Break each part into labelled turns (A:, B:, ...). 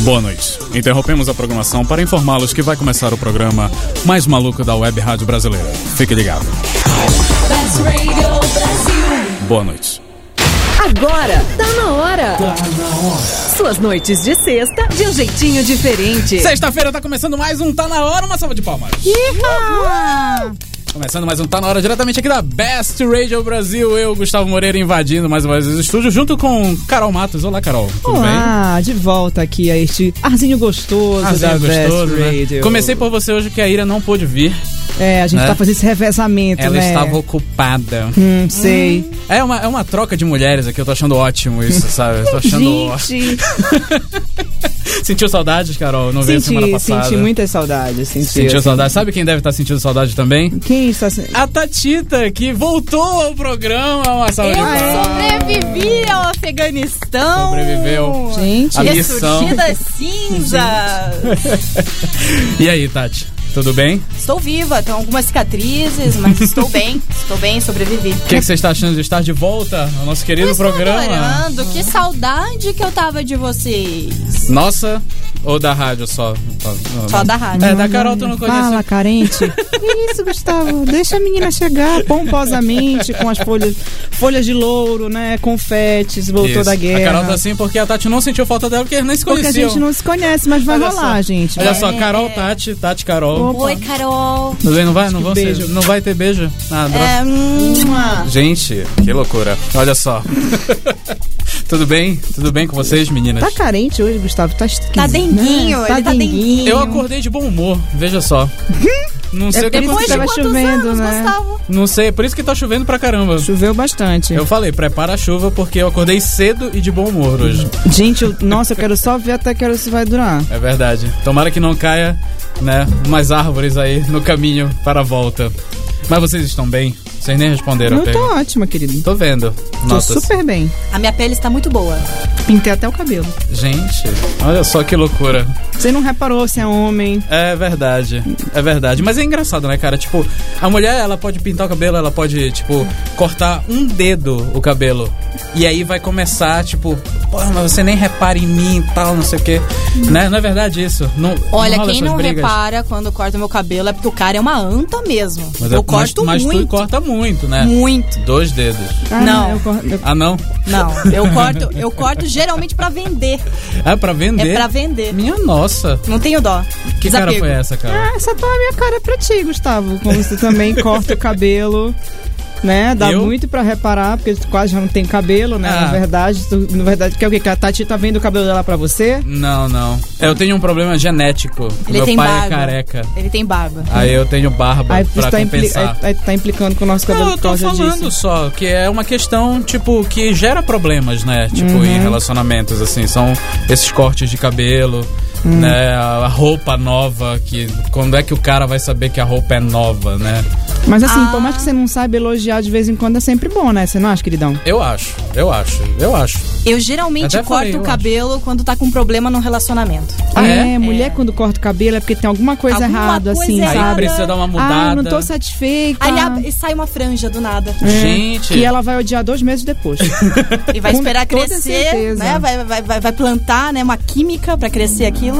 A: Boa noite. Interrompemos a programação para informá-los que vai começar o programa mais maluco da Web Rádio Brasileira. Fique ligado.
B: Best Radio Brasil.
A: Boa noite.
C: Agora tá na hora. Suas noites de sexta de um jeitinho diferente.
A: Sexta-feira tá começando mais um Tá Na Hora, uma salva de palmas.
C: Ah,
A: Começando mais um Tá Na Hora diretamente aqui da Best Radio Brasil. Eu, Gustavo Moreira, invadindo mais uma vez o estúdio junto com Carol Matos. Olá, Carol. Tudo bem?
D: Olá, de volta aqui a este arzinho gostoso da
A: Arzinho gostoso,
D: Best
A: né?
D: Radio.
A: Comecei por você hoje que a Ira não pôde vir.
D: É, a gente
A: né?
D: tá fazendo esse revezamento,
A: Ela
D: né?
A: estava ocupada.
D: Hum, sei.
A: É uma, é uma troca de mulheres aqui, eu tô achando ótimo isso, sabe? Eu tô achando ótimo.
D: Gente,
A: Sentiu saudades, Carol? Não veio semana
D: senti,
A: passada.
D: senti muitas saudades. Senti,
A: Sentiu Ah,
D: assim.
A: saudade. Sabe quem deve estar sentindo saudade também?
D: Quem está sentindo?
A: A Tatita, que voltou ao programa. Uma salva de palmas.
E: Sobrevivi ao Afeganistão.
A: Sobreviveu.
D: Gente,
A: A missão.
E: Ressurgi das cinzas.
A: E aí, Tati? Tudo bem?
E: estou viva, tenho algumas cicatrizes, mas estou bem. Estou bem, sobrevivi.
A: O que que você está achando de estar de volta ao nosso querido
E: Estou
A: programa?
E: adorando, que saudade que eu tava de vocês.
A: Nossa ou da rádio só?
E: Só da rádio.
A: É, da Carol tu não
D: Fala,
A: conhece.
D: carente. Que isso, Gustavo? Deixa a menina chegar pomposamente com as folhas, folhas de louro, né? Confetes, voltou
A: Isso.
D: da guerra.
A: A Carol tá assim porque a Tati não sentiu falta dela porque eles nem se
D: Porque a
A: conheciam.
D: gente não se conhece, mas vai
A: Olha só.
D: rolar, gente.
A: Olha
D: Vai-
A: só, Carol, Tati, Tati, Carol.
D: Opa.
E: Oi, Carol.
A: Tudo bem? Não vai? Não,
D: que
A: vão ser-
D: beijo.
A: não vai ter beijo? Ah, droga.
E: É, hum,
A: Gente, que loucura. Olha só. Tudo bem? Tudo bem com vocês, meninas?
D: Tá carente hoje, Gustavo. Tá esquisito.
E: Tá denguinho,
D: né?
E: ele tá denguinho.
A: Eu acordei de bom humor, veja só. Não sei o que
D: por
E: depois
D: isso
E: de
A: aconteceu.
D: tava
E: quantos
D: chovendo,
E: anos,
D: né?
E: Gustavo?
A: Não sei, é por isso que tá chovendo pra caramba.
D: Choveu bastante.
A: Eu falei, prepara a chuva porque eu acordei cedo e de bom humor hoje.
D: Gente, eu- nossa, eu quero só ver até que hora isso vai durar.
A: É verdade. Tomara que não caia, né, umas árvores aí no caminho para a volta. Mas vocês estão bem? Vocês nem responderam
D: Eu
A: até.
D: tô ótima, querido.
A: Tô vendo.
D: Tô
A: Notas.
D: super bem.
E: A minha pele está muito boa.
D: Pintei até o cabelo.
A: Gente, olha só que loucura.
D: Você não reparou se é homem.
A: É verdade, é verdade. Mas é engraçado, né, cara? Tipo, a mulher, ela pode pintar o cabelo, ela pode, tipo, cortar um dedo o cabelo. E aí vai começar, tipo, pô, mas você nem repara em mim e tal, não sei o quê. Né? Não é verdade isso? Não,
E: Olha,
A: rola
E: quem
A: essas
E: não
A: brigas?
E: repara quando corta meu cabelo é porque o cara é uma anta mesmo.
A: Mas, é-
E: eu corto
A: mas, mas tu
E: muito.
A: corta muito, né?
E: Muito.
A: Dois dedos.
D: Ah,
E: Não.
D: Eu, cor- eu-
A: Ah, não?
E: Não, eu corto, eu corto geralmente pra vender.
A: É pra vender?
E: É pra vender.
A: Minha nossa.
E: Não tenho dó.
A: Que cara
E: Desapego.
A: foi essa, cara?
D: Ah, essa tá a minha cara pra ti, Gustavo. Como você também corta o cabelo. Né? Dá
A: Eu?
D: muito pra reparar, porque tu quase já não tem cabelo, né?
A: Ah.
D: Na verdade, tu, na verdade, que é o quê? Que a Tati tá vendo o cabelo dela pra você?
A: Não, não. Eu tenho um problema genético.
E: Ele
A: Meu
E: tem
A: pai é
E: barba.
A: careca.
E: Ele tem barba.
A: Aí eu tenho barba
D: Aí tu
A: pra
D: tá, impli-
A: compensar.
D: aí- aí tu tá implicando com o nosso cabelo
A: Não, eu
D: por
A: tô
D: causa
A: falando
D: disso.
A: só que é uma questão, tipo, que gera problemas, né? Tipo,
D: Uhum.
A: em relacionamentos, assim. São esses cortes de cabelo,
D: Hum.
A: né? A a roupa nova, que quando é que o cara vai saber que a roupa é nova, né?
D: Mas assim, por mais que você não saiba elogiar de vez em quando, é sempre bom, né? Você não acha, queridão?
A: Eu acho, eu acho, eu acho.
E: Eu geralmente
A: Até
E: corto
A: falei, eu
E: o cabelo quando tá com problema no relacionamento.
A: Ah, é?
D: é, mulher quando corta o cabelo é porque tem alguma coisa
E: Alguma
D: errada,
E: coisa
D: assim,
E: errada.
A: Aí
D: sabe?
A: precisa dar uma
D: Ah, eu
A: mudada.
D: não tô satisfeita.
E: Aí abre- e sai uma franja do nada.
A: Gente,
D: E ela vai odiar dois meses depois.
E: E vai
D: Com
E: esperar
D: toda
E: crescer,
D: certeza.
E: né? Vai, vai, vai, vai plantar, né? Uma química pra crescer aquilo.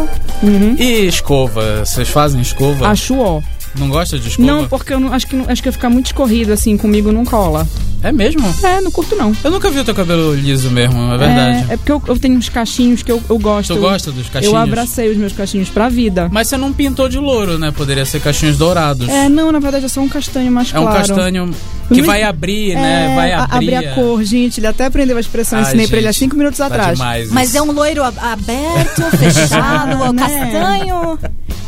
A: e escova? Vocês fazem escova?
D: acho ó.
A: Não gosta de escova?
D: Não, porque eu não, acho que não- acho que eu ficar muito escorrido assim comigo não cola.
A: É mesmo?
D: É, não curto não.
A: Eu nunca vi o teu cabelo liso mesmo, é verdade.
D: É, é porque eu, eu tenho uns cachinhos que eu, eu gosto.
A: Tu gosta dos cachinhos?
D: Eu abracei os meus cachinhos pra vida.
A: Mas você não pintou de louro, né? Poderia ser cachinhos dourados.
D: É, não, na verdade é só um castanho mais
A: É um
D: claro.
A: castanho que
D: Mas-
A: vai abrir, né? Vai
D: a-
A: abrir.
D: a cor, gente. Ele até aprendeu a expressão,
A: Ai,
D: ensinei pra ele há
A: gente,
D: cinco minutos
A: Tá
D: atrás.
A: demais
E: Mas
A: isso.
E: é um loiro ab- aberto, fechado,
D: Ah, né?
E: castanho.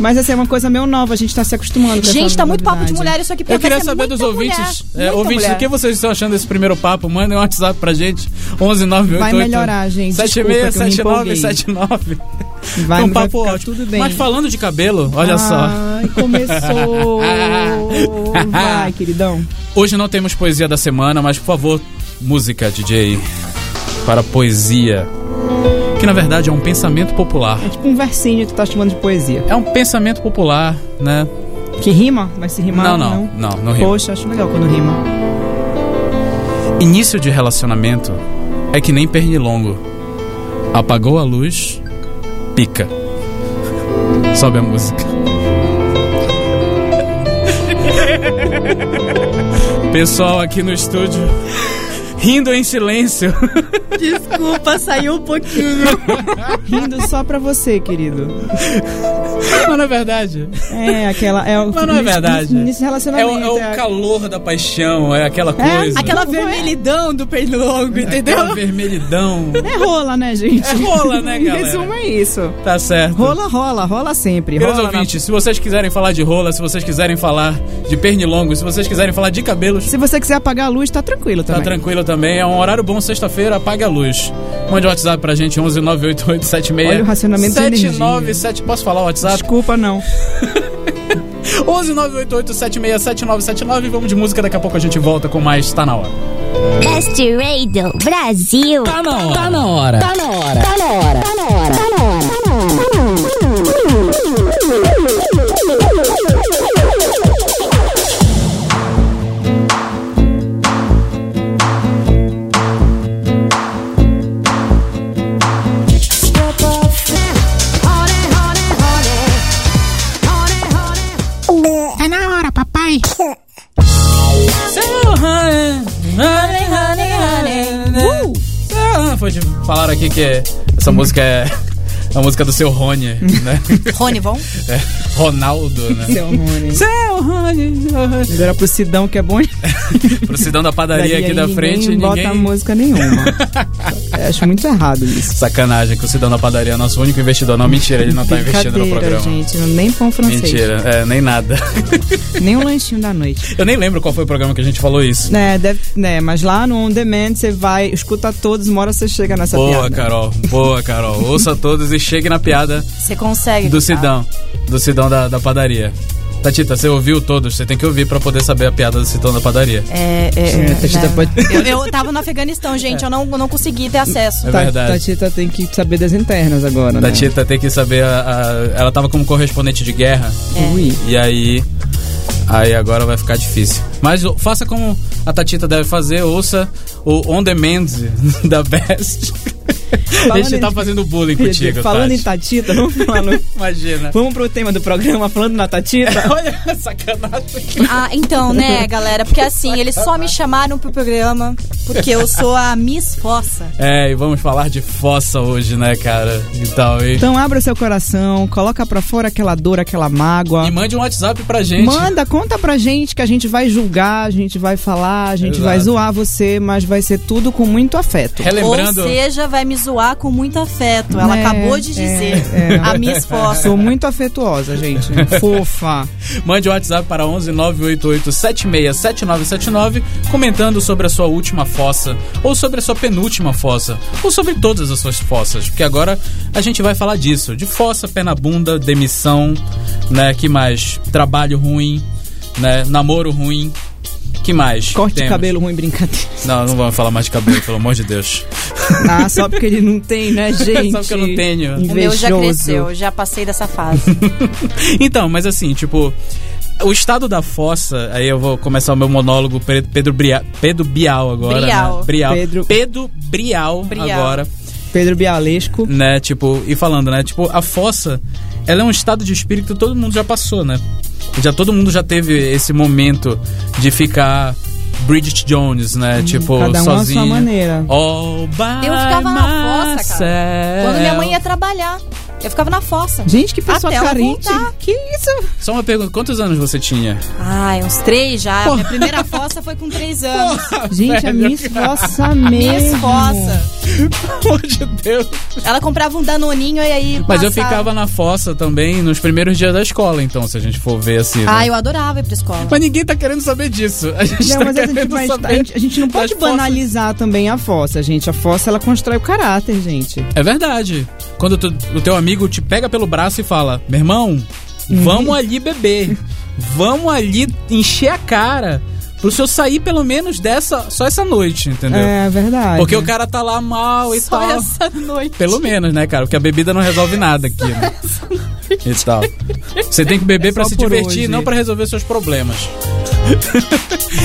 D: Mas essa é uma coisa meio nova, a gente tá se acostumando. com
E: Gente,
D: essa
E: tá muito papo de
D: novidade.
E: mulher isso aqui. porque
A: Eu queria
E: vai ser
A: saber dos
E: muita
A: ouvintes.
E: mulher,
A: É,
E: muita
A: ouvintes,
E: mulher.
A: o que vocês estão achando desse primeiro papo? Mandem um WhatsApp pra gente. 11 988
D: Vai melhorar, gente. Desculpa que eu me
A: 767979.
D: Vai,
A: um
D: vai
A: papo
D: ficar
A: ótimo.
D: tudo bem. Ah.
A: Mas falando de cabelo, olha
D: Ai, começou. Vai, queridão.
A: só. Hoje não temos poesia da semana, mas por favor, música, DJ. Para poesia. Que na verdade é um pensamento popular.
D: É tipo um versinho que tu tá chamando de poesia.
A: É um pensamento popular, né?
D: Que rima? Vai se rimar?
A: Ah, não, não, não, não, rima.
D: Poxa, acho legal quando rima.
A: Início de relacionamento é que nem pernilongo. Apagou a luz, pica. Sobe a música. Pessoal aqui no estúdio rindo em silêncio.
F: Desculpa, saiu um pouquinho.
D: Rindo só pra você, querido.
A: Mas não é verdade.
D: É, aquela. É o,
A: Mas não é verdade.
D: Nesse
A: É o,
D: relacionamento.
A: é o calor da paixão, é aquela coisa.
F: Aquela vermelhidão do pernilongo, entendeu?
A: Aquela vermelhidão.
D: É rola, né, gente?
A: É rola, né, galera?
D: Em resumo, é isso.
A: Tá certo.
D: Rola, rola, rola sempre.
A: Meus
D: rola na-
A: ouvintes, se vocês quiserem falar de rola, se vocês quiserem falar de pernilongo, se vocês quiserem falar de cabelos,
D: Se você quiser apagar a luz, tá tranquilo
A: Tá
D: também.
A: tranquilo também, é um horário bom, sexta-feira, apaga a luz. Mande o WhatsApp pra gente, 11 988 76
D: Olha o racionamento de energia.
A: 797, posso falar o WhatsApp?
D: Desculpa, não.
A: 11 988 76 7979, vamos de música, daqui a pouco a gente volta com mais Tá Na Hora.
G: Best Radio Brasil.
A: Tá Na Hora! Tá Na Hora!
G: Tá na hora. Tá na hora. Tá na hora. Tá na hora. Tá na hora.
D: Uh!
A: Ah, Foi de falar aqui que essa música é a música do seu Rony, né?
E: Rony, vão?
A: É, Ronaldo, né?
D: Seu Rony.
A: Seu Rony!
D: Agora pro Sidão, que é bom.
A: Pro Sidão da padaria
D: Daí
A: aqui da
D: ninguém
A: frente,
D: bota música nenhuma. Eu Acho muito errado isso.
A: Sacanagem, que o Sidão da padaria é nosso único investidor. Não, mentira, ele não tá investindo no
D: Brincadeira,
A: programa.
D: gente. Nem pão francês.
A: Mentira, é, nem nada.
D: Nem um lanchinho da noite.
A: Eu nem lembro qual foi o programa que a gente falou isso.
D: É, deve, né, mas lá no On Demand você vai, escuta todos, uma hora você chega nessa
A: Boa,
D: piada.
A: Carol. Boa, Carol. Ouça todos e chegue na piada
E: Você consegue.
A: do
E: cara.
A: Sidão. Do Sidão da, da padaria. Tatita, você ouviu todos? Você tem que ouvir pra poder saber a piada do Sidão da padaria.
E: É, é,
D: É, Tatita
E: né?
D: pode-
E: eu, eu tava no Afeganistão, gente. Eu não, eu não consegui ter acesso.
A: É
D: Ta-
A: verdade.
D: Tatita tem que saber das internas agora, né?
A: Tatita tem que saber. a- a- ela tava como correspondente de guerra.
D: Ui.
A: E aí. Aí agora vai ficar difícil. Mas ô, faça como a Tatita deve fazer, ouça o On Demand da Best. a gente
D: em-
A: tá fazendo bullying contigo,
D: Falando em
A: Tati.
D: Tatita, vamos falar no-
A: Imagina.
D: Vamos pro tema do programa, falando na Tatita.
A: Olha, sacanagem.
E: Ah, então, né, galera? Porque assim, eles só me chamaram pro programa porque eu sou a Miss Fossa.
A: É, e vamos falar de fossa hoje, né, cara? E tal, e...
D: Então abra seu coração, coloca pra fora aquela dor, aquela mágoa.
A: E mande um WhatsApp pra gente.
D: Manda, conta pra gente que a gente vai julgar, a gente vai falar, a gente
A: Exato.
D: vai zoar você, mas vai ser tudo com muito afeto.
A: Relembrando.
E: Ou seja, vai me zoar com muito afeto. Ela
D: É,
E: acabou de
D: é,
E: dizer.
D: é.
E: A Miss Fossa.
D: Sou muito afetuosa, gente. Fofa.
A: Mande o WhatsApp para 11 988 767979 comentando sobre a sua última fossa, ou sobre a sua penúltima fossa, ou sobre todas as suas fossas, porque agora a gente vai falar disso, de fossa, pé na bunda, demissão, né, que mais? Trabalho ruim, né, namoro ruim, que mais?
D: Corte de
A: Temos?
D: cabelo ruim, brincadeira.
A: Não, não vamos falar mais de cabelo, pelo amor de Deus.
D: Ah, só porque ele não tem, né, gente?
A: Só porque eu não tenho.
D: Invejoso.
E: O meu já cresceu, já passei dessa fase.
A: Então, mas assim, tipo, o estado da fossa, aí eu vou começar o meu monólogo Pe- Pedro Bria, Pedro Bial agora,
E: Brial.
A: né? Brial.
D: Pedro-
A: Pedro Brial,
E: Brial.
A: agora,
D: Pedro Bialesco.
A: né? Tipo, e falando, né? Tipo, a fossa, ela é um estado de espírito que todo mundo já passou, né? Já todo mundo já teve esse momento de ficar Bridget Jones, né? tipo,
D: cada um à sua
A: sozinha.
D: maneira.
A: All by
E: Eu ficava na fossa, cara. Quando
D: É.
E: minha mãe
A: myself.
E: ia trabalhar, eu ficava na fossa.
D: Gente, que pessoa
E: Até ela
D: carente.
E: voltar.
D: Que isso?
A: Só uma pergunta, quantos anos você tinha?
E: Ai, uns três já. A minha primeira fossa foi com três anos.
D: Gente, a Miss Fossa
E: Miss
D: mesmo.
E: Fossa.
A: Pelo amor de Deus.
E: Ela comprava um danoninho e aí.
A: Mas eu
E: passava.
A: ficava na fossa também nos primeiros dias da escola, então, se a gente for ver assim. né?
E: Ah, eu adorava ir pra escola.
A: Mas ninguém tá querendo saber disso. A gente
D: Não,
A: tá
D: mas a gente,
A: querendo
D: vai-
A: saber.
D: a gente- a gente não pode
A: das fossas.
D: banalizar também a fossa, gente. A fossa, ela constrói o caráter, gente.
A: É verdade. Quando tu- o teu amigo te pega pelo braço e fala: Meu irmão,
D: Uhum.
A: vamos ali beber. Vamos ali encher a cara. Pro senhor sair pelo menos dessa, só essa noite, entendeu?
D: É verdade.
A: Porque o cara tá lá mal e
E: Só
A: tal.
E: essa noite.
A: Pelo menos, né, cara? Porque a bebida não resolve nada aqui, né? E tal. Você tem que beber
D: É
A: pra
D: só
A: se
D: por
A: divertir,
D: hoje.
A: não pra resolver seus problemas.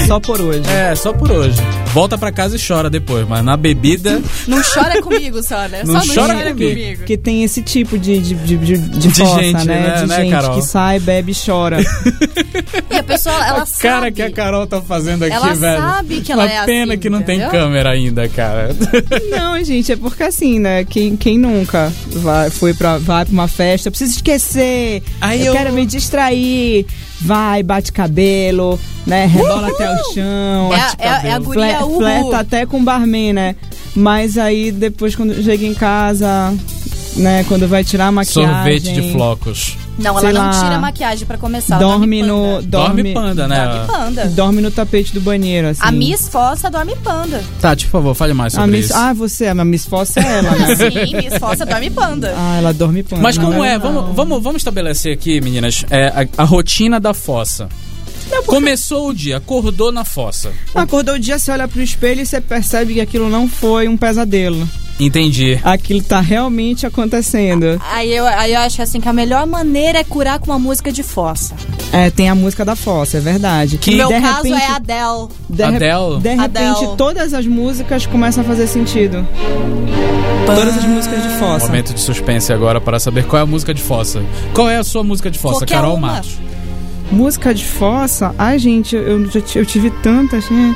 D: Só por hoje.
A: É, só por hoje. Volta pra casa e chora depois, mas na bebida
H: Não chora comigo, só, né? só não
A: Não
F: é,
A: chora
H: chora,
A: comigo.
H: comigo.
D: Porque tem esse tipo de, de, de, de, de
A: De
D: fossa,
A: gente, né,
D: né? De
A: né,
D: gente
A: Carol?
D: que sai, bebe e chora.
F: E a pessoa, ela sabe.
A: cara que a Carol tá fazendo aqui,
F: Ela
A: velho.
F: sabe que ela
A: Uma
F: é assim,
A: pena que não tem
F: entendeu?
A: câmera ainda, cara.
D: Não, gente, é porque assim, né? Quem, quem nunca vai, foi pra, vai pra uma festa, eu preciso esquecer.
A: Aí
D: eu,
A: eu-
D: quero me distrair. Vai, bate cabelo, né? Rebola até o chão.
F: É a- é a- é a guria
D: Fle-
F: Uhu.
D: Flerta até com o barman, né? Mas aí depois quando chega em casa, né? Quando vai tirar a maquiagem.
A: Sorvete de flocos.
F: Não, ela
D: Sei
F: não
D: lá.
F: tira a maquiagem pra começar. ela
D: Dorme no.
A: Dorme,
D: Dorme,
A: panda,
F: Dorme
A: né?
F: panda.
D: dorme no tapete do banheiro, assim.
F: A Miss Fossa dorme panda.
A: Tati, Tá, por favor, fale mais
D: A
A: sobre
D: Miss-
A: isso.
D: Ah, você, a Miss Fossa é ela, né?
F: Sim, Miss Fossa dorme panda.
D: Ah, ela dorme panda.
A: Mas
D: Não,
A: como
D: ela
A: é? Vamos, vamos, vamos estabelecer aqui, meninas, é, a, a rotina da fossa. Começou o dia, acordou na fossa.
D: Acordou o dia, você olha pro espelho e você percebe que aquilo não foi um pesadelo.
A: Entendi.
D: Aquilo tá realmente acontecendo.
F: Aí eu, aí eu acho assim que a melhor maneira é curar com uma música de fossa.
D: É, tem a música da fossa, é verdade.
A: Que-
F: No meu
D: de
F: caso
D: repente,
F: é a Adele.
D: de, re-
A: Adele?
D: de repente,
F: Adele.
D: todas as músicas começam a fazer sentido. Todas as músicas de fossa.
A: Momento de suspense agora para saber qual é a música de fossa. Qual é a sua música de fossa,
F: Qualquer
A: Carol
F: uma.
A: Matos?
D: Música de fossa? Ai, gente, eu, já ti- eu tive tantas, né?